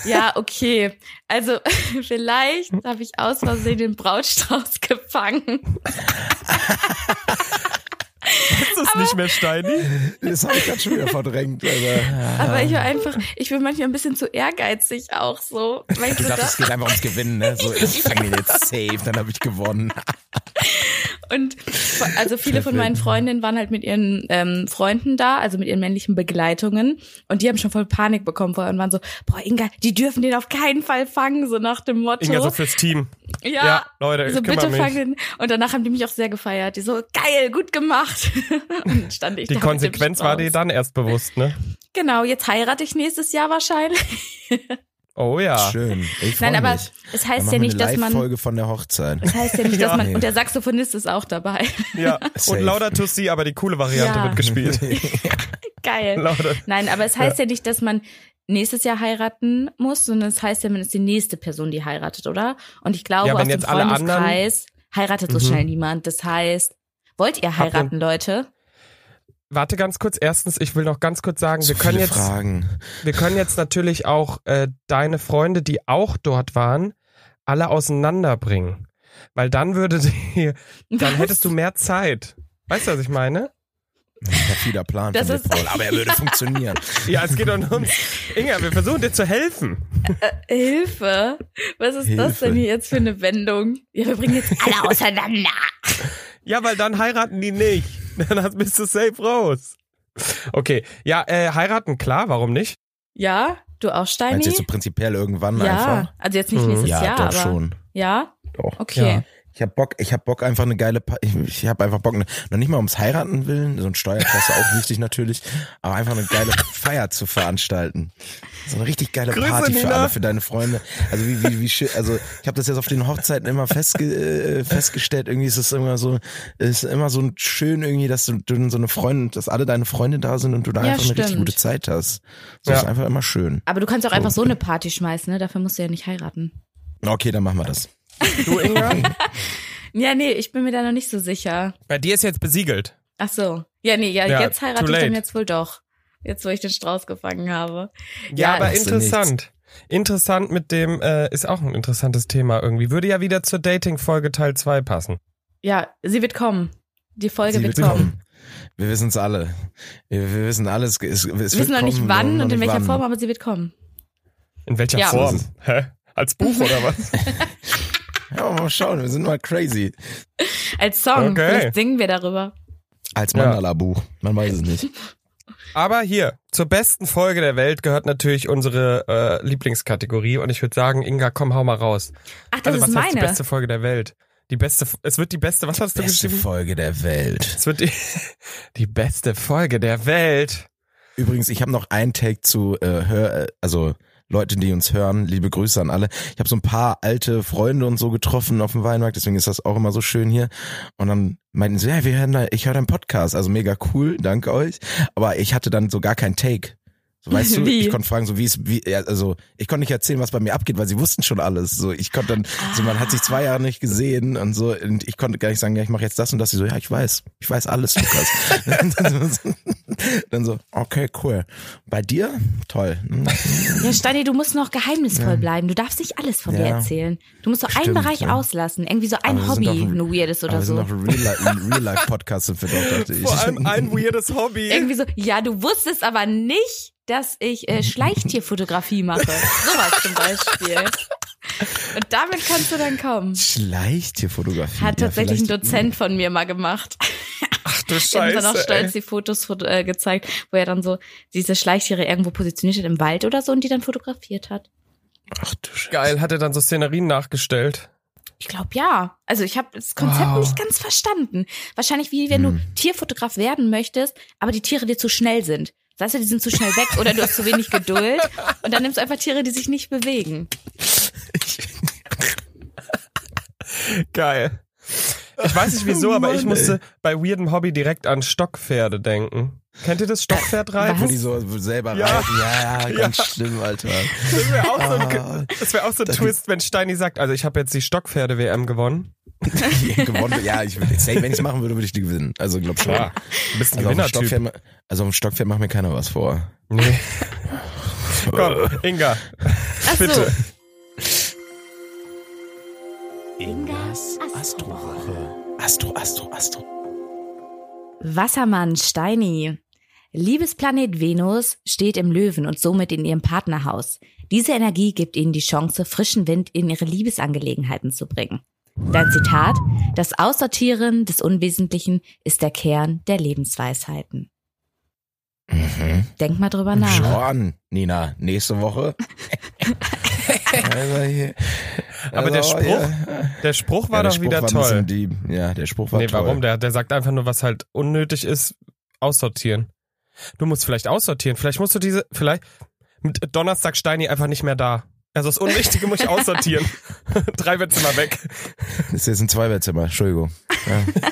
Speaker 3: Ja, okay. Also vielleicht habe ich aus Versehen den Brautstrauß gefangen.
Speaker 1: Ist es nicht mehr Steini?
Speaker 2: Das habe ich gerade schon wieder verdrängt. also. Alter.
Speaker 3: Aber
Speaker 1: Ähm.
Speaker 3: ich war einfach, ich bin manchmal ein bisschen zu ehrgeizig auch so. Weißt
Speaker 2: Du
Speaker 3: du
Speaker 2: dachtest, es
Speaker 3: das?
Speaker 2: geht einfach ums Gewinnen, ne? So, ich fange den jetzt safe, dann habe ich gewonnen.
Speaker 3: Und also viele von meinen Freundinnen waren halt mit ihren ähm, Freunden da, also mit ihren männlichen Begleitungen. Und die haben schon voll Panik bekommen vorher und waren so, boah Inga, die dürfen den auf keinen Fall fangen, so nach dem Motto.
Speaker 1: Inga, so fürs Team.
Speaker 3: Ja,
Speaker 1: Ja, Leute, ich
Speaker 3: so
Speaker 1: kümmere
Speaker 3: bitte
Speaker 1: mich.
Speaker 3: fangen. Und danach haben die mich auch sehr gefeiert. Die so, geil, gut gemacht. Und stand ich da
Speaker 1: Die
Speaker 3: mit dem
Speaker 1: Konsequenz war dir
Speaker 3: Strauß.
Speaker 1: dann erst bewusst, ne?
Speaker 3: Genau, jetzt heirate ich nächstes Jahr wahrscheinlich.
Speaker 1: Oh ja.
Speaker 2: Schön. Ich freu
Speaker 3: Nein, aber
Speaker 2: mich.
Speaker 3: es
Speaker 2: Dann machen
Speaker 3: heißt ja
Speaker 2: wir
Speaker 3: nicht,
Speaker 2: eine
Speaker 3: dass man.
Speaker 2: Live-Folge von der Hochzeit.
Speaker 3: Es heißt ja nicht, dass
Speaker 1: Ja.
Speaker 3: man. Und der Saxophonist ist auch dabei.
Speaker 1: Ja.
Speaker 2: Safe.
Speaker 1: Und Laudatus Si, aber die coole Variante
Speaker 3: Ja.
Speaker 1: wird gespielt.
Speaker 3: geil.
Speaker 1: Lauda.
Speaker 3: Nein, aber es heißt ja. nicht, dass man nächstes Jahr heiraten muss, sondern es heißt ja, man ist die nächste Person, die heiratet, oder? Und ich glaube,
Speaker 1: Ja, wenn
Speaker 3: aus dem
Speaker 1: jetzt alle anderen-
Speaker 3: Freundeskreis heiratet so
Speaker 1: Mhm.
Speaker 3: schnell niemand. Das heißt, wollt ihr
Speaker 1: Habt ihr-
Speaker 3: heiraten, Leute?
Speaker 1: Warte ganz kurz. Erstens, ich will noch ganz kurz sagen,
Speaker 2: Zu
Speaker 1: wir können
Speaker 2: viele
Speaker 1: jetzt
Speaker 2: Fragen.
Speaker 1: Wir können jetzt natürlich auch äh, deine Freunde, die auch dort waren, alle auseinanderbringen. Weil dann würde die, dann
Speaker 3: Was?
Speaker 1: hättest du mehr Zeit. Weißt du, was ich meine?
Speaker 2: Perfider Plan
Speaker 3: Das
Speaker 2: von
Speaker 3: ist-
Speaker 2: dir, Paul, aber er würde funktionieren.
Speaker 1: Ja, es geht um uns. Inga, wir versuchen dir zu helfen.
Speaker 3: Hilfe! Was ist das
Speaker 2: Hilfe.
Speaker 3: denn hier jetzt für eine Wendung? Ja, wir bringen jetzt alle auseinander.
Speaker 1: Ja, weil dann heiraten die nicht. Dann hast- bist du safe raus. Okay, ja, äh, heiraten, klar, warum nicht?
Speaker 3: Ja, du auch,
Speaker 2: Meinst du
Speaker 3: Steini?
Speaker 2: jetzt so prinzipiell irgendwann
Speaker 3: ja,
Speaker 1: Mhm.
Speaker 2: einfach?
Speaker 3: also jetzt nicht nächstes
Speaker 2: Ja,
Speaker 3: Jahr,
Speaker 2: doch
Speaker 3: aber
Speaker 2: schon.
Speaker 3: ja,
Speaker 2: Doch.
Speaker 3: okay.
Speaker 2: Ich hab Bock, ich hab Bock einfach eine geile, pa ich, ich hab einfach Bock, ne, noch nicht mal ums Heiraten willen, so ein Steuerklasse auch wichtig natürlich, aber einfach eine geile Feier zu veranstalten. So eine richtig geile
Speaker 1: Grüße,
Speaker 2: Party für
Speaker 1: Nina.
Speaker 2: alle, für deine Freunde. Also wie, wie, wie schön, also ich habe das jetzt auf den Hochzeiten immer festge äh, festgestellt, irgendwie ist es immer so, ist immer so ein schön irgendwie, dass du, du so eine Freundin, dass alle deine Freunde da sind und du da
Speaker 3: Ja,
Speaker 2: einfach eine richtig
Speaker 3: stimmt.
Speaker 2: gute Zeit hast. So
Speaker 1: Ja.
Speaker 2: ist einfach immer schön.
Speaker 3: Aber du kannst auch einfach so eine Party schmeißen, ne? Dafür musst du ja nicht heiraten.
Speaker 2: Okay, dann machen wir das.
Speaker 1: Du, Inga?
Speaker 3: Ja, nee, ich bin mir da noch nicht so sicher.
Speaker 1: Bei dir ist jetzt besiegelt.
Speaker 3: Ach so. Ja, nee, ja,
Speaker 1: Ja,
Speaker 3: jetzt heirate
Speaker 1: too
Speaker 3: ich dann
Speaker 1: late.
Speaker 3: jetzt wohl doch. Jetzt, wo ich den Strauß gefangen habe.
Speaker 1: Ja,
Speaker 3: Ja,
Speaker 1: aber
Speaker 2: machst du nichts.
Speaker 1: interessant. Interessant mit dem, äh, ist auch ein interessantes Thema irgendwie. Würde ja wieder zur Dating-Folge Teil 2 passen.
Speaker 3: Ja, sie wird kommen. Die Folge
Speaker 2: Sie
Speaker 3: wird kommen.
Speaker 2: Wir wissen es alle. Wir, wir wissen alles. Es, es
Speaker 3: Wir wissen noch nicht wann und in welcher Form,
Speaker 2: Form.
Speaker 3: aber sie wird kommen.
Speaker 1: In welcher
Speaker 3: Ja.
Speaker 1: Form?
Speaker 2: Das ist-
Speaker 1: Hä? Als Buch oder was?
Speaker 2: Ja, mal schauen. Wir sind mal crazy.
Speaker 3: Als Song.
Speaker 1: Okay.
Speaker 3: Vielleicht singen wir darüber.
Speaker 2: Als
Speaker 1: Ja.
Speaker 2: Mandala-Buch. Man weiß es nicht.
Speaker 1: aber hier, zur besten Folge der Welt gehört natürlich unsere äh, Lieblingskategorie. Und ich würde sagen, Inga, komm, hau mal raus.
Speaker 3: Ach, das
Speaker 1: also, was
Speaker 3: ist
Speaker 1: heißt die
Speaker 3: meine.
Speaker 1: beste Folge der Welt? Die beste, F- es wird die beste, was hast du
Speaker 2: Beste
Speaker 1: geschrieben?
Speaker 2: Folge der Welt.
Speaker 1: Es wird die, die beste Folge der Welt.
Speaker 2: Übrigens, ich habe noch einen Take zu äh, Hör, äh, also Leute, die uns hören, liebe Grüße an alle. Ich habe so ein paar alte Freunde und so getroffen auf dem Weinmarkt, deswegen ist das auch immer so schön hier. Und dann meinten sie, ja, wir hören da, ich höre deinen Podcast, also mega cool, danke euch. Aber ich hatte dann so gar keinen Take. So, weißt du,
Speaker 3: Wie?
Speaker 2: ich konnte fragen, so wie es, wie, ja, also ich konnte nicht erzählen, was bei mir abgeht, weil sie wussten schon alles. So, ich konnte dann, so man hat sich zwei Jahre nicht gesehen und so, und ich konnte gar nicht sagen, ja, ich mache jetzt das und das. Sie so, ja, ich weiß, ich weiß alles, Lukas. Dann so, okay, cool. Bei dir? Toll. Hm,
Speaker 3: Ja, Steini, du musst noch geheimnisvoll bleiben. Du darfst nicht alles von dir
Speaker 2: Ja.
Speaker 3: erzählen. Du musst so einen
Speaker 2: Stimmt,
Speaker 3: Bereich
Speaker 2: ja.
Speaker 3: auslassen. Irgendwie so ein
Speaker 2: wir sind
Speaker 3: Hobby,
Speaker 2: doch ein-
Speaker 3: ein weirdes
Speaker 2: aber
Speaker 3: oder
Speaker 2: wir sind
Speaker 3: so.
Speaker 2: doch Real-Life-Podcasts sind wir doch, dachte ich.
Speaker 1: Vor allem ein weirdes Hobby.
Speaker 3: Irgendwie so, ja, du wusstest aber nicht, dass ich äh, Schleichtierfotografie mache. Sowas zum Beispiel. Und damit kannst du dann kommen.
Speaker 2: Schleicht hier Fotografie.
Speaker 3: Hat
Speaker 2: Ja,
Speaker 3: tatsächlich ein
Speaker 2: vielleicht-
Speaker 3: Dozent von mir mal gemacht.
Speaker 1: Ach du
Speaker 3: Der hat uns dann auch
Speaker 1: Scheiße.
Speaker 3: stolz
Speaker 1: ey.
Speaker 3: die Fotos foto- äh, gezeigt, wo er dann so diese Schleichtiere irgendwo positioniert hat im Wald oder so und die dann fotografiert hat.
Speaker 2: Ach du Scheiße.
Speaker 1: Geil, hat er dann so Szenerien nachgestellt.
Speaker 3: Ich glaube ja. Also ich habe das Konzept
Speaker 1: Wow.
Speaker 3: nicht ganz verstanden. Wahrscheinlich wie wenn
Speaker 2: Hm.
Speaker 3: du Tierfotograf werden möchtest, aber die Tiere dir zu schnell sind. Weißt du, die sind zu schnell weg oder du hast zu wenig Geduld und dann nimmst du einfach Tiere, die sich nicht bewegen.
Speaker 1: Geil. Ich weiß nicht wieso,
Speaker 2: Oh
Speaker 1: aber
Speaker 2: Mann,
Speaker 1: ich musste bei weirdem Hobby direkt an Stockpferde denken. Kennt ihr das Stockpferdreiten?
Speaker 2: Wo die so selber
Speaker 1: Ja.
Speaker 2: reiten. Ja, ja, ganz schlimm, Alter.
Speaker 1: Das wäre auch so
Speaker 2: Ah.
Speaker 1: ein, das wär auch so ein Twist, wenn Steini sagt, also ich habe jetzt die Stockpferde-WM gewonnen.
Speaker 2: Die gewonnen. Ja, ich, würde- safe, wenn ich es machen würde, würde ich die gewinnen. Also glaub schon.
Speaker 1: Ja, du bist ein
Speaker 2: Also auf, dem
Speaker 1: Gewinnertyp.
Speaker 2: Stockpferd, ma- also auf dem Stockpferd macht mir keiner was vor.
Speaker 1: Nee. Komm, Inga.
Speaker 3: Ach so.
Speaker 1: Bitte.
Speaker 3: Ingas
Speaker 2: Astrowoche. Astro, Astro, Astro.
Speaker 3: Wassermann Steini. Liebesplanet Venus steht im Löwen und somit in ihrem Partnerhaus. Diese Energie gibt ihnen die Chance, frischen Wind in ihre Liebesangelegenheiten zu bringen. Dein Zitat, das Aussortieren des Unwesentlichen ist der Kern der Lebensweisheiten.
Speaker 2: Mhm.
Speaker 3: Denk mal drüber nach.
Speaker 2: Schau an, Nina, nächste Woche. also hier, Also,
Speaker 1: Aber der Spruch
Speaker 2: ja.
Speaker 1: Der Spruch war
Speaker 2: Ja, der
Speaker 1: doch
Speaker 2: Spruch
Speaker 1: wieder
Speaker 2: war ein bisschen
Speaker 1: toll.
Speaker 2: Dieb. Ja, der Spruch war
Speaker 1: Nee,
Speaker 2: toll.
Speaker 1: warum? Der, der sagt einfach nur, was halt unnötig ist, aussortieren. Du musst vielleicht aussortieren. Vielleicht musst du diese, vielleicht, mit Donnerstag Steini einfach nicht mehr da. Also das Unwichtige muss ich aussortieren. Drei Witze mal weg.
Speaker 2: Das ist jetzt ein Zweibettzimmer, Entschuldigung. Ja.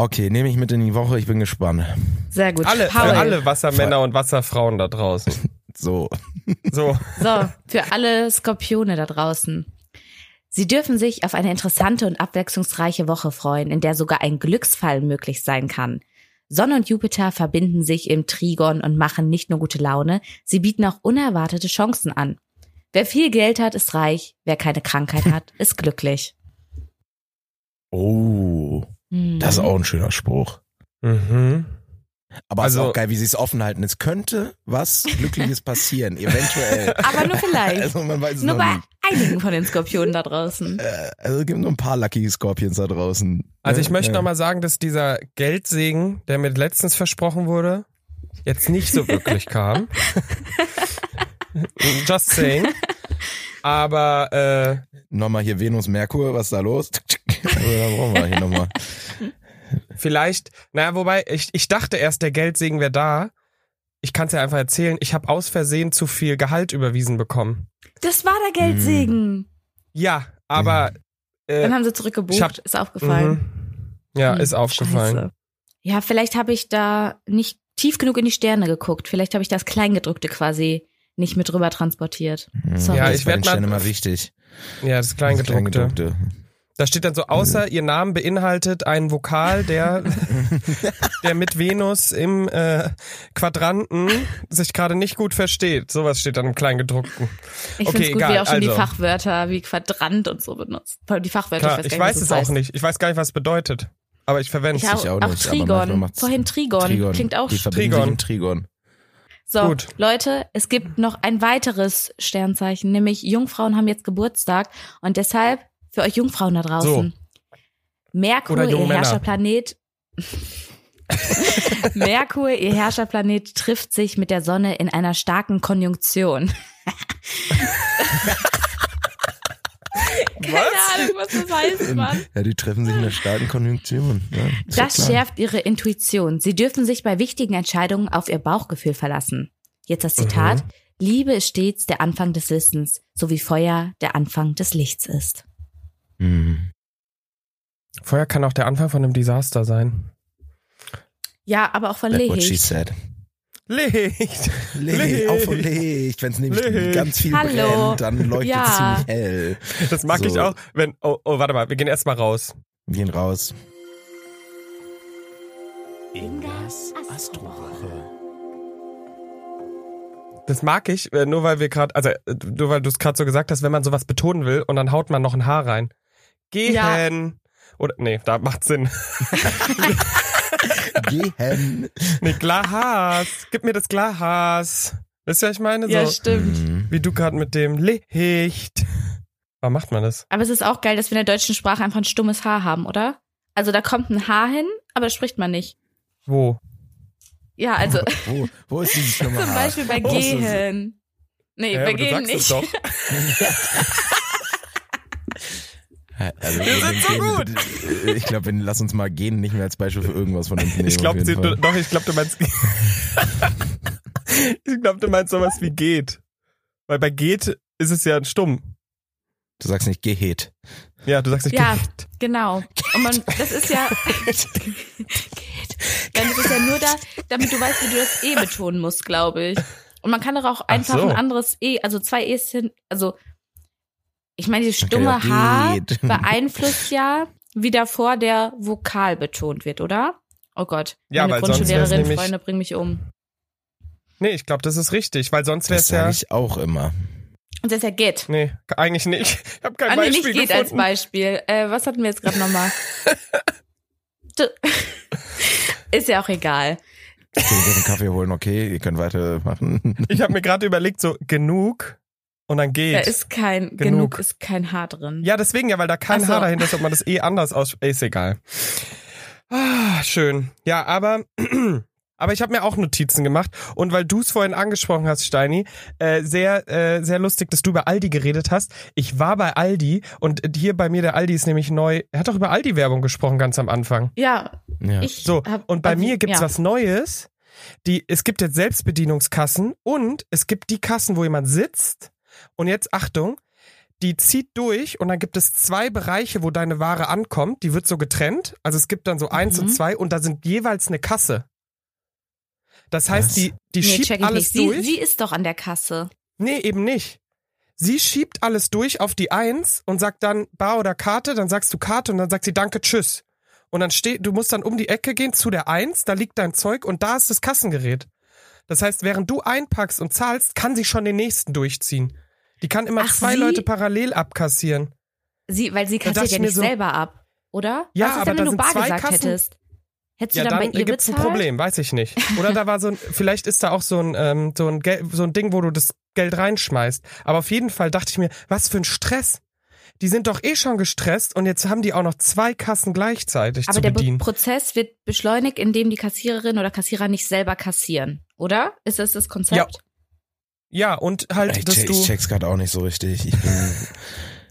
Speaker 2: Okay, nehme ich mit in die Woche, ich bin gespannt.
Speaker 3: Sehr gut.
Speaker 1: Alle, für
Speaker 3: Paul.
Speaker 1: alle Wassermänner und Wasserfrauen da draußen.
Speaker 2: So.
Speaker 1: So,
Speaker 3: So, für alle Skorpione da draußen. Sie dürfen sich auf eine interessante und abwechslungsreiche Woche freuen, in der sogar ein Glücksfall möglich sein kann. Sonne und Jupiter verbinden sich im Trigon und machen nicht nur gute Laune, sie bieten auch unerwartete Chancen an. Wer viel Geld hat, ist reich, wer keine Krankheit hat, ist glücklich.
Speaker 2: Oh,
Speaker 3: Hm.
Speaker 2: das ist auch ein schöner Spruch.
Speaker 1: mhm.
Speaker 2: Aber es ist
Speaker 1: Also-
Speaker 2: auch geil, wie sie es offen halten. Es könnte was Glückliches passieren, eventuell.
Speaker 3: Aber nur vielleicht.
Speaker 2: Also man weiß es
Speaker 3: nur
Speaker 2: noch
Speaker 3: bei
Speaker 2: nicht.
Speaker 3: einigen von den Skorpionen da draußen.
Speaker 2: Äh, Also es gibt nur ein paar Lucky Scorpions da draußen. Äh,
Speaker 1: Also
Speaker 2: Ja,
Speaker 1: ich möchte
Speaker 2: ja.
Speaker 1: nochmal sagen, dass dieser Geldsegen, der mir letztens versprochen wurde, jetzt nicht so wirklich kam. Just saying. Aber äh,
Speaker 2: Nochmal hier Venus, Merkur, was ist da los? Also, da brauchen wir hier nochmal.
Speaker 1: Vielleicht, naja, wobei, ich, ich dachte erst, der Geldsegen wäre da. Ich kann es ja einfach erzählen, ich habe aus Versehen zu viel Gehalt überwiesen bekommen.
Speaker 3: Das war der Geldsegen.
Speaker 1: Ja, aber. Äh,
Speaker 3: Dann haben sie zurückgebucht.
Speaker 1: ich hab-
Speaker 3: ist aufgefallen.
Speaker 1: mhm. Ja,
Speaker 3: Hm,
Speaker 1: ist aufgefallen.
Speaker 3: Scheiße. Ja, vielleicht habe ich da nicht tief genug in die Sterne geguckt. Vielleicht habe ich das Kleingedruckte quasi nicht mit rüber transportiert. Sorry.
Speaker 1: Ja,
Speaker 2: Hm, das
Speaker 1: ich
Speaker 2: ist bei
Speaker 1: werd
Speaker 2: den
Speaker 1: mal-
Speaker 2: Sternen immer wichtig.
Speaker 1: Ja, das Kleingedruckte.
Speaker 2: Kleingedruckte.
Speaker 1: Da steht dann so, außer ihr Name beinhaltet einen Vokal, der, der mit Venus im äh, Quadranten sich gerade nicht gut versteht. Sowas steht dann im Kleingedruckten.
Speaker 3: Ich
Speaker 1: Okay,
Speaker 3: finde es gut, wie
Speaker 1: egal,
Speaker 3: auch schon die
Speaker 1: also.
Speaker 3: Fachwörter wie Quadrant und so benutzt. Die Fachwörter,
Speaker 1: Klar,
Speaker 3: ich weiß,
Speaker 1: ich
Speaker 3: gar
Speaker 1: weiß
Speaker 3: nicht,
Speaker 1: es
Speaker 3: was das
Speaker 1: auch
Speaker 3: heißt.
Speaker 1: nicht. Ich weiß gar nicht, was es bedeutet. Aber ich verwende
Speaker 3: Ich
Speaker 1: es.
Speaker 3: auch,
Speaker 2: auch
Speaker 3: auch
Speaker 2: nicht, aber manchmal
Speaker 3: Trigon.
Speaker 2: macht's-
Speaker 3: Vorhin Trigon.
Speaker 2: Trigon.
Speaker 3: Klingt auch
Speaker 2: Die verbinden sich
Speaker 1: Trigon.
Speaker 2: im Trigon.
Speaker 3: So,
Speaker 1: Gut.
Speaker 3: Leute, es gibt noch ein weiteres Sternzeichen, nämlich Jungfrauen haben jetzt Geburtstag und deshalb für euch Jungfrauen da draußen. Merkur,
Speaker 1: Oder junge
Speaker 3: ihr
Speaker 1: Männer.
Speaker 3: Herrscherplanet. Merkur, ihr Herrscherplanet, trifft sich mit der Sonne in einer starken Konjunktion. Keine Ahnung, was das heißt, Mann.
Speaker 2: Ja, die treffen sich in der starken Konjunktion. Ja, ist
Speaker 3: Das
Speaker 2: ja klar.
Speaker 3: schärft ihre Intuition. Sie dürfen sich bei wichtigen Entscheidungen auf ihr Bauchgefühl verlassen. Jetzt das Zitat.
Speaker 1: Mhm.
Speaker 3: Liebe ist stets der Anfang des Wissens, so wie Feuer der Anfang des Lichts ist.
Speaker 2: Mhm.
Speaker 1: Vorher kann auch der Anfang von einem Desaster sein.
Speaker 3: Ja, aber auch von
Speaker 2: That's what she
Speaker 3: Lehig.
Speaker 2: said.
Speaker 1: Licht.
Speaker 2: Licht, auf und Licht. Wenn es nämlich
Speaker 1: Licht.
Speaker 2: ganz viel
Speaker 3: Hallo.
Speaker 2: brennt, dann leuchtet es
Speaker 3: Ja.
Speaker 2: ziemlich hell.
Speaker 1: Das mag
Speaker 2: So.
Speaker 1: ich auch, wenn. Oh, oh, warte mal, wir gehen erstmal raus.
Speaker 2: Wir Gehen raus.
Speaker 1: Das mag ich, äh, nur weil wir gerade, also äh, nur weil du es gerade so gesagt hast, wenn man sowas betonen will und dann haut man noch ein Haar rein. Gehen.
Speaker 3: Ja.
Speaker 1: Oder nee, da macht Sinn.
Speaker 2: Gehen.
Speaker 1: Nee, Glas. Gib mir das Glas. Wisst ihr, was ich meine? So,
Speaker 3: Ja, stimmt.
Speaker 2: Mhm.
Speaker 1: wie du gerade mit dem Licht. Warum macht man das?
Speaker 3: Aber es ist auch geil, dass wir in der deutschen Sprache einfach ein stummes Haar haben, oder? Also da kommt ein Haar hin, aber das spricht man nicht.
Speaker 1: Wo?
Speaker 3: Ja, also
Speaker 2: Wo, wo ist dieses Nummer?
Speaker 3: zum Beispiel bei
Speaker 1: Oh, das ist-
Speaker 3: Gehen. Nee,
Speaker 1: Ja,
Speaker 3: bei
Speaker 1: aber du
Speaker 3: Gehen
Speaker 1: sagst es
Speaker 3: nicht.
Speaker 1: doch.
Speaker 2: Also,
Speaker 1: Wir sind so
Speaker 2: gehen,
Speaker 1: gut.
Speaker 2: bitte- Ich glaube, wenn- lass uns mal gehen, nicht mehr als Beispiel für irgendwas von uns nehmen.
Speaker 1: Ich glaube,
Speaker 2: auf jeden Fall.
Speaker 1: doch, ich glaube, du meinst. ich glaube, du meinst sowas wie geht. Weil bei geht ist es ja stumm.
Speaker 2: du sagst nicht gehet.
Speaker 1: Ja, du sagst nicht
Speaker 3: Ja,
Speaker 1: geht.
Speaker 3: genau. Und man, das ist ja. Dann ist es ja nur da, damit du weißt, wie du das E betonen musst, glaube ich. Und man kann doch auch einfach
Speaker 1: so.
Speaker 3: ein anderes E, also zwei E's hin, also ich meine, dieses
Speaker 2: Man kann ja auch
Speaker 3: stumme H
Speaker 2: geht.
Speaker 3: beeinflusst ja, wie davor der Vokal betont wird, oder? Oh Gott,
Speaker 1: Ja,
Speaker 3: meine
Speaker 1: weil sonst wär's
Speaker 3: Grundschullehrerin,
Speaker 1: nämlich-
Speaker 3: Freunde, bring mich um.
Speaker 1: Nee, ich glaube, das ist richtig, weil sonst wäre
Speaker 2: Das
Speaker 1: es
Speaker 2: sage
Speaker 1: ja.
Speaker 2: ich auch immer.
Speaker 3: Und das ist ja geht.
Speaker 1: Nee, eigentlich nicht. Ich habe kein
Speaker 3: Ah, nee, nicht
Speaker 1: Beispiel
Speaker 3: geht als
Speaker 1: gefunden.
Speaker 3: Beispiel. Äh, was hatten wir jetzt gerade nochmal? D- ist ja auch egal.
Speaker 2: Okay, wir müssen Kaffee holen, okay, ihr könnt weitermachen.
Speaker 1: ich habe mir gerade überlegt, so genug und dann
Speaker 3: Da
Speaker 1: geht.
Speaker 3: ist kein, genug,
Speaker 1: Genug.
Speaker 3: ist kein Haar drin.
Speaker 1: ja, deswegen ja, weil da kein
Speaker 3: Ach so.
Speaker 1: Haar dahinter ist, ob man das eh anders aus. Ist egal. Ah, schön. Ja, aber. Aber ich habe mir auch Notizen gemacht und weil du es vorhin angesprochen hast, Steini, äh, sehr äh, sehr lustig, dass du über Aldi geredet hast. Ich war bei Aldi und hier bei mir der Aldi ist nämlich neu. Er hat doch über Aldi Werbung gesprochen ganz am Anfang.
Speaker 3: Ja,
Speaker 2: Ja.
Speaker 3: ich
Speaker 1: So,
Speaker 3: hab,
Speaker 1: und bei
Speaker 3: also,
Speaker 1: mir gibt's
Speaker 3: ja.
Speaker 1: was Neues. Die, es gibt jetzt Selbstbedienungskassen und es gibt die Kassen, wo jemand sitzt. Und jetzt Achtung, die zieht durch und dann gibt es zwei Bereiche, wo deine Ware ankommt. Die wird so getrennt. Also es gibt dann so eins
Speaker 3: Mhm.
Speaker 1: und zwei und da sind jeweils eine Kasse. Das
Speaker 2: Was?
Speaker 1: heißt, die, die
Speaker 3: nee, check
Speaker 1: schiebt
Speaker 3: ich
Speaker 1: alles
Speaker 3: nicht. Sie,
Speaker 1: durch.
Speaker 3: sie ist doch an der Kasse.
Speaker 1: Nee, eben nicht. Sie schiebt alles durch auf die Eins und sagt dann Bar oder Karte, dann sagst du Karte und dann sagt sie Danke, tschüss. Und dann steht, du musst dann um die Ecke gehen zu der Eins, da liegt dein Zeug und da ist das Kassengerät. Das heißt, während du einpackst und zahlst, kann sie schon den nächsten durchziehen. Die kann immer
Speaker 3: Ach,
Speaker 1: zwei
Speaker 3: sie-
Speaker 1: Leute parallel abkassieren.
Speaker 3: Sie, weil sie
Speaker 1: Da
Speaker 3: kassiert
Speaker 1: dachte
Speaker 3: ja
Speaker 1: ich mir
Speaker 3: nicht
Speaker 1: so-
Speaker 3: selber ab, oder?
Speaker 1: Ja,
Speaker 3: was ist
Speaker 1: aber
Speaker 3: denn,
Speaker 1: da
Speaker 3: wenn du
Speaker 1: sind
Speaker 3: bar
Speaker 1: zwei
Speaker 3: gesagt
Speaker 1: Kassen.
Speaker 3: hättest? Hättest
Speaker 1: Ja,
Speaker 3: du dann,
Speaker 1: dann
Speaker 3: bei ihr
Speaker 1: gibt's ein
Speaker 3: bezahlt?
Speaker 1: Problem, weiß ich nicht. Oder da war so ein, vielleicht ist da auch so ein, ähm, so, ein Gel so ein Ding, wo du das Geld reinschmeißt. Aber auf jeden Fall dachte ich mir, was für ein Stress. Die sind doch eh schon gestresst und jetzt haben die auch noch zwei Kassen gleichzeitig
Speaker 3: Aber
Speaker 1: zu
Speaker 3: der Be-
Speaker 1: bedienen.
Speaker 3: Prozess wird beschleunigt, indem die Kassiererin oder Kassierer nicht selber kassieren, oder? Ist das das Konzept?
Speaker 1: Ja, und halt,
Speaker 2: Ich,
Speaker 1: dass
Speaker 2: check, ich
Speaker 1: du.
Speaker 2: check's gerade auch nicht so richtig. Ich bin,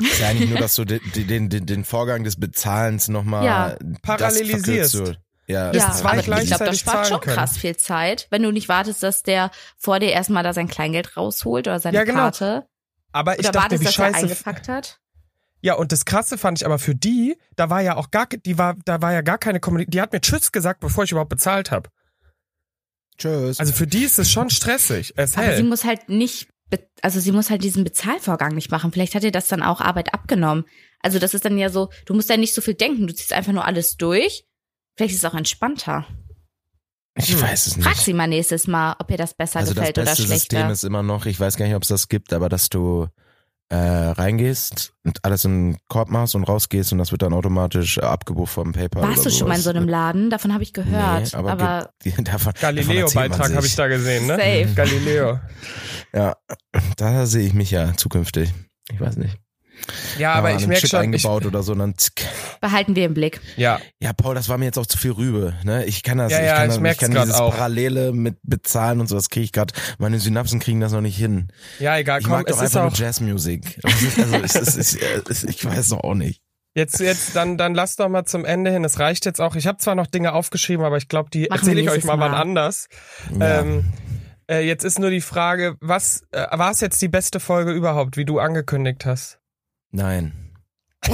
Speaker 2: Ist ja eigentlich nur, dass du den, den, den, den Vorgang des Bezahlens nochmal
Speaker 3: Ja.
Speaker 1: Parallelisierst.
Speaker 2: Ja,
Speaker 1: Dass
Speaker 3: Ja,
Speaker 1: zwei
Speaker 3: aber ich
Speaker 1: gleichzeitig
Speaker 3: glaube, das spart
Speaker 1: zahlen
Speaker 3: schon
Speaker 1: können.
Speaker 3: krass viel Zeit, wenn du nicht wartest, dass der vor dir erstmal da sein Kleingeld rausholt oder seine
Speaker 1: Ja, genau.
Speaker 3: Karte.
Speaker 1: Aber ich
Speaker 3: Oder
Speaker 1: dachte,
Speaker 3: wartest,
Speaker 1: wie
Speaker 3: dass er
Speaker 1: scheiße.
Speaker 3: eingepackt hat.
Speaker 1: Ja, und das Krasse fand ich aber für die, da war ja auch gar, die war, da war ja gar keine Kommunikation. Die hat mir Tschüss gesagt, bevor ich überhaupt bezahlt habe.
Speaker 2: Tschüss.
Speaker 1: Also für die ist es schon stressig. Es
Speaker 3: Aber sie
Speaker 1: hält.
Speaker 3: muss halt nicht, be- also sie muss halt diesen Bezahlvorgang nicht machen. Vielleicht hat ihr das dann auch Arbeit abgenommen. Also das ist dann ja so, du musst ja nicht so viel denken, du ziehst einfach nur alles durch. Vielleicht ist es auch entspannter.
Speaker 1: hm.
Speaker 2: ich weiß es nicht.
Speaker 3: Frag sie mal nächstes Mal, ob ihr das besser
Speaker 2: also das
Speaker 3: gefällt
Speaker 2: beste
Speaker 3: oder schlechter.
Speaker 2: System ist immer noch, ich weiß gar nicht, ob es das gibt, aber dass du äh, reingehst und alles in den Korb machst und rausgehst und das wird dann automatisch äh, abgebucht vom PayPal.
Speaker 3: Warst
Speaker 2: oder
Speaker 3: du schon mal in so
Speaker 2: sowas.
Speaker 3: einem Laden? Davon habe ich gehört.
Speaker 2: ne? Nee, aber,
Speaker 3: aber
Speaker 2: gibt- die- davon, davon
Speaker 1: Galileo-Beitrag
Speaker 2: erzählt man
Speaker 1: habe
Speaker 2: sich.
Speaker 1: ich da gesehen, ne?
Speaker 3: safe.
Speaker 1: Galileo.
Speaker 2: Ja, da sehe ich mich ja zukünftig. Ich weiß nicht.
Speaker 1: Ja, aber ich merke schon, ich,
Speaker 2: eingebaut oder so und dann zick.
Speaker 3: Behalten wir im Blick.
Speaker 1: ja,
Speaker 2: Ja, Paul, das war mir jetzt auch zu viel Rübe. Ne? Ich kann das,
Speaker 1: Ja,
Speaker 2: ich
Speaker 1: ja,
Speaker 2: kann,
Speaker 1: ich
Speaker 2: das, ich
Speaker 1: merk's
Speaker 2: kann
Speaker 1: grad
Speaker 2: dieses
Speaker 1: auch.
Speaker 2: Parallele mit Bezahlen und so, das kriege ich gerade. Meine Synapsen kriegen das noch nicht hin.
Speaker 1: ja, egal,
Speaker 2: Ich
Speaker 1: komm,
Speaker 2: mag doch
Speaker 1: es ist
Speaker 2: einfach
Speaker 1: auch,
Speaker 2: nur Jazzmusik. Das ist- Also, es ist- es ist- es ist- ich weiß doch auch nicht.
Speaker 1: jetzt, jetzt, dann, dann lass doch mal zum Ende hin, es reicht jetzt auch. Ich habe zwar noch Dinge aufgeschrieben, aber ich glaube, die
Speaker 3: Machen
Speaker 1: erzähle
Speaker 3: wir
Speaker 1: ich euch
Speaker 3: nächstes
Speaker 1: mal wann
Speaker 3: Mal.
Speaker 1: anders.
Speaker 2: Ja.
Speaker 1: Ähm, äh, jetzt ist nur die Frage, was, äh, war es jetzt die beste Folge überhaupt, wie du angekündigt hast?
Speaker 2: Nein.
Speaker 3: Oh.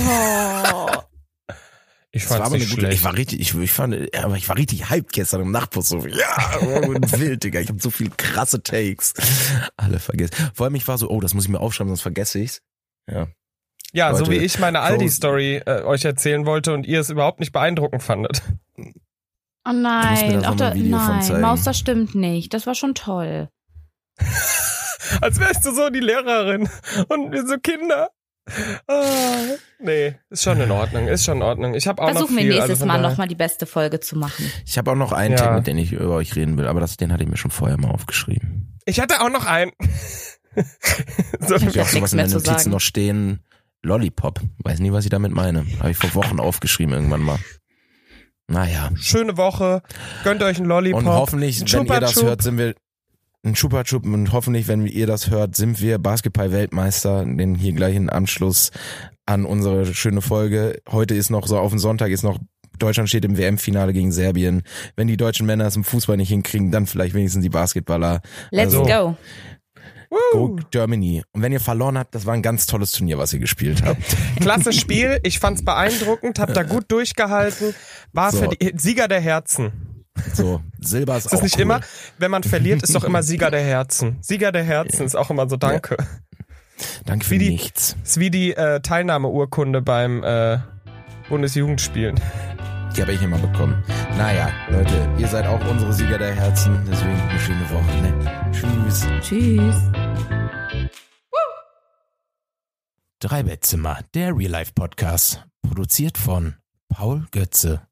Speaker 1: Ich
Speaker 2: Es war
Speaker 1: fand's
Speaker 2: aber eine
Speaker 1: nicht
Speaker 2: gute, ich
Speaker 1: schlecht.
Speaker 2: war richtig, ich, ich fand, aber ich war richtig hyped gestern im Nachtbus. So, ja, wild, Digga. Ich habe so viel krasse Takes. Alle vergessen. Vor allem ich war so, oh, das muss ich mir aufschreiben, sonst vergesse ich's. Ja.
Speaker 1: Ja, so
Speaker 2: Leute,
Speaker 1: wie ich meine
Speaker 2: Frozen-
Speaker 1: Aldi-Story äh, euch erzählen wollte und ihr es überhaupt nicht beeindruckend fandet.
Speaker 3: Oh
Speaker 2: musst mir da
Speaker 3: nein, Ach,
Speaker 2: noch mal
Speaker 3: da,
Speaker 2: ein Video von
Speaker 3: nein,
Speaker 2: zeigen.
Speaker 3: Maus, das stimmt nicht. Das war schon toll.
Speaker 1: Als wärst du so die Lehrerin und wir so Kinder. Ah, nee, ist schon in Ordnung, ist schon in Ordnung. Ich habe
Speaker 2: Oh,
Speaker 1: auch noch
Speaker 3: Versuchen wir
Speaker 1: viel.
Speaker 3: nächstes
Speaker 1: also
Speaker 3: Mal
Speaker 1: noch
Speaker 3: nochmal die beste Folge zu machen.
Speaker 2: Ich habe auch noch einen
Speaker 1: Ja.
Speaker 2: Tag, mit dem ich über euch reden will, aber das, den hatte ich mir schon vorher mal aufgeschrieben.
Speaker 1: Ich hatte auch noch einen. so,
Speaker 3: Ich hab
Speaker 2: Ich
Speaker 3: ja
Speaker 2: habe sowas
Speaker 3: nichts
Speaker 2: in
Speaker 3: mehr
Speaker 2: den
Speaker 3: zu
Speaker 2: Notizen
Speaker 3: sagen.
Speaker 2: noch stehen. Lollipop. Weiß nie, was ich damit meine. Habe ich vor Wochen aufgeschrieben irgendwann mal. Naja.
Speaker 1: schöne Woche. Gönnt euch einen Lollipop.
Speaker 2: Und hoffentlich,
Speaker 1: Ein
Speaker 2: wenn ihr das
Speaker 1: Chupa-Chup.
Speaker 2: hört, sind wir ein Chupa Chup und hoffentlich, wenn ihr das hört, sind wir Basketball-Weltmeister, denn hier gleich in Anschluss an unsere schöne Folge. Heute ist noch so, auf den Sonntag ist noch, Deutschland steht im WM-Finale gegen Serbien. Wenn die deutschen Männer es im Fußball nicht hinkriegen, dann vielleicht wenigstens die Basketballer.
Speaker 3: Let's
Speaker 2: Also,
Speaker 3: go.
Speaker 2: Go Germany. Und wenn ihr verloren habt, das war ein ganz tolles Turnier, was ihr gespielt habt.
Speaker 1: Klasse Spiel. Ich fand's beeindruckend, hab da gut durchgehalten. War
Speaker 2: So.
Speaker 1: für die Sieger der Herzen.
Speaker 2: So, Silber ist,
Speaker 1: Ist das
Speaker 2: auch
Speaker 1: nicht
Speaker 2: Oh, cool.
Speaker 1: immer? Wenn man verliert, ist doch immer Sieger der Herzen. Sieger der Herzen ist auch immer so Danke.
Speaker 2: Danke für
Speaker 1: Wie die-
Speaker 2: nichts.
Speaker 1: Ist wie die äh, Teilnahmeurkunde beim äh, Bundesjugendspielen.
Speaker 2: Die habe ich immer bekommen. Naja, Leute, ihr seid auch unsere Sieger der Herzen. Deswegen eine schöne Woche. Ne? Tschüss.
Speaker 3: Tschüss.
Speaker 2: Drei Bettzimmer, der Real Life Podcast. Produziert von Paul Götze.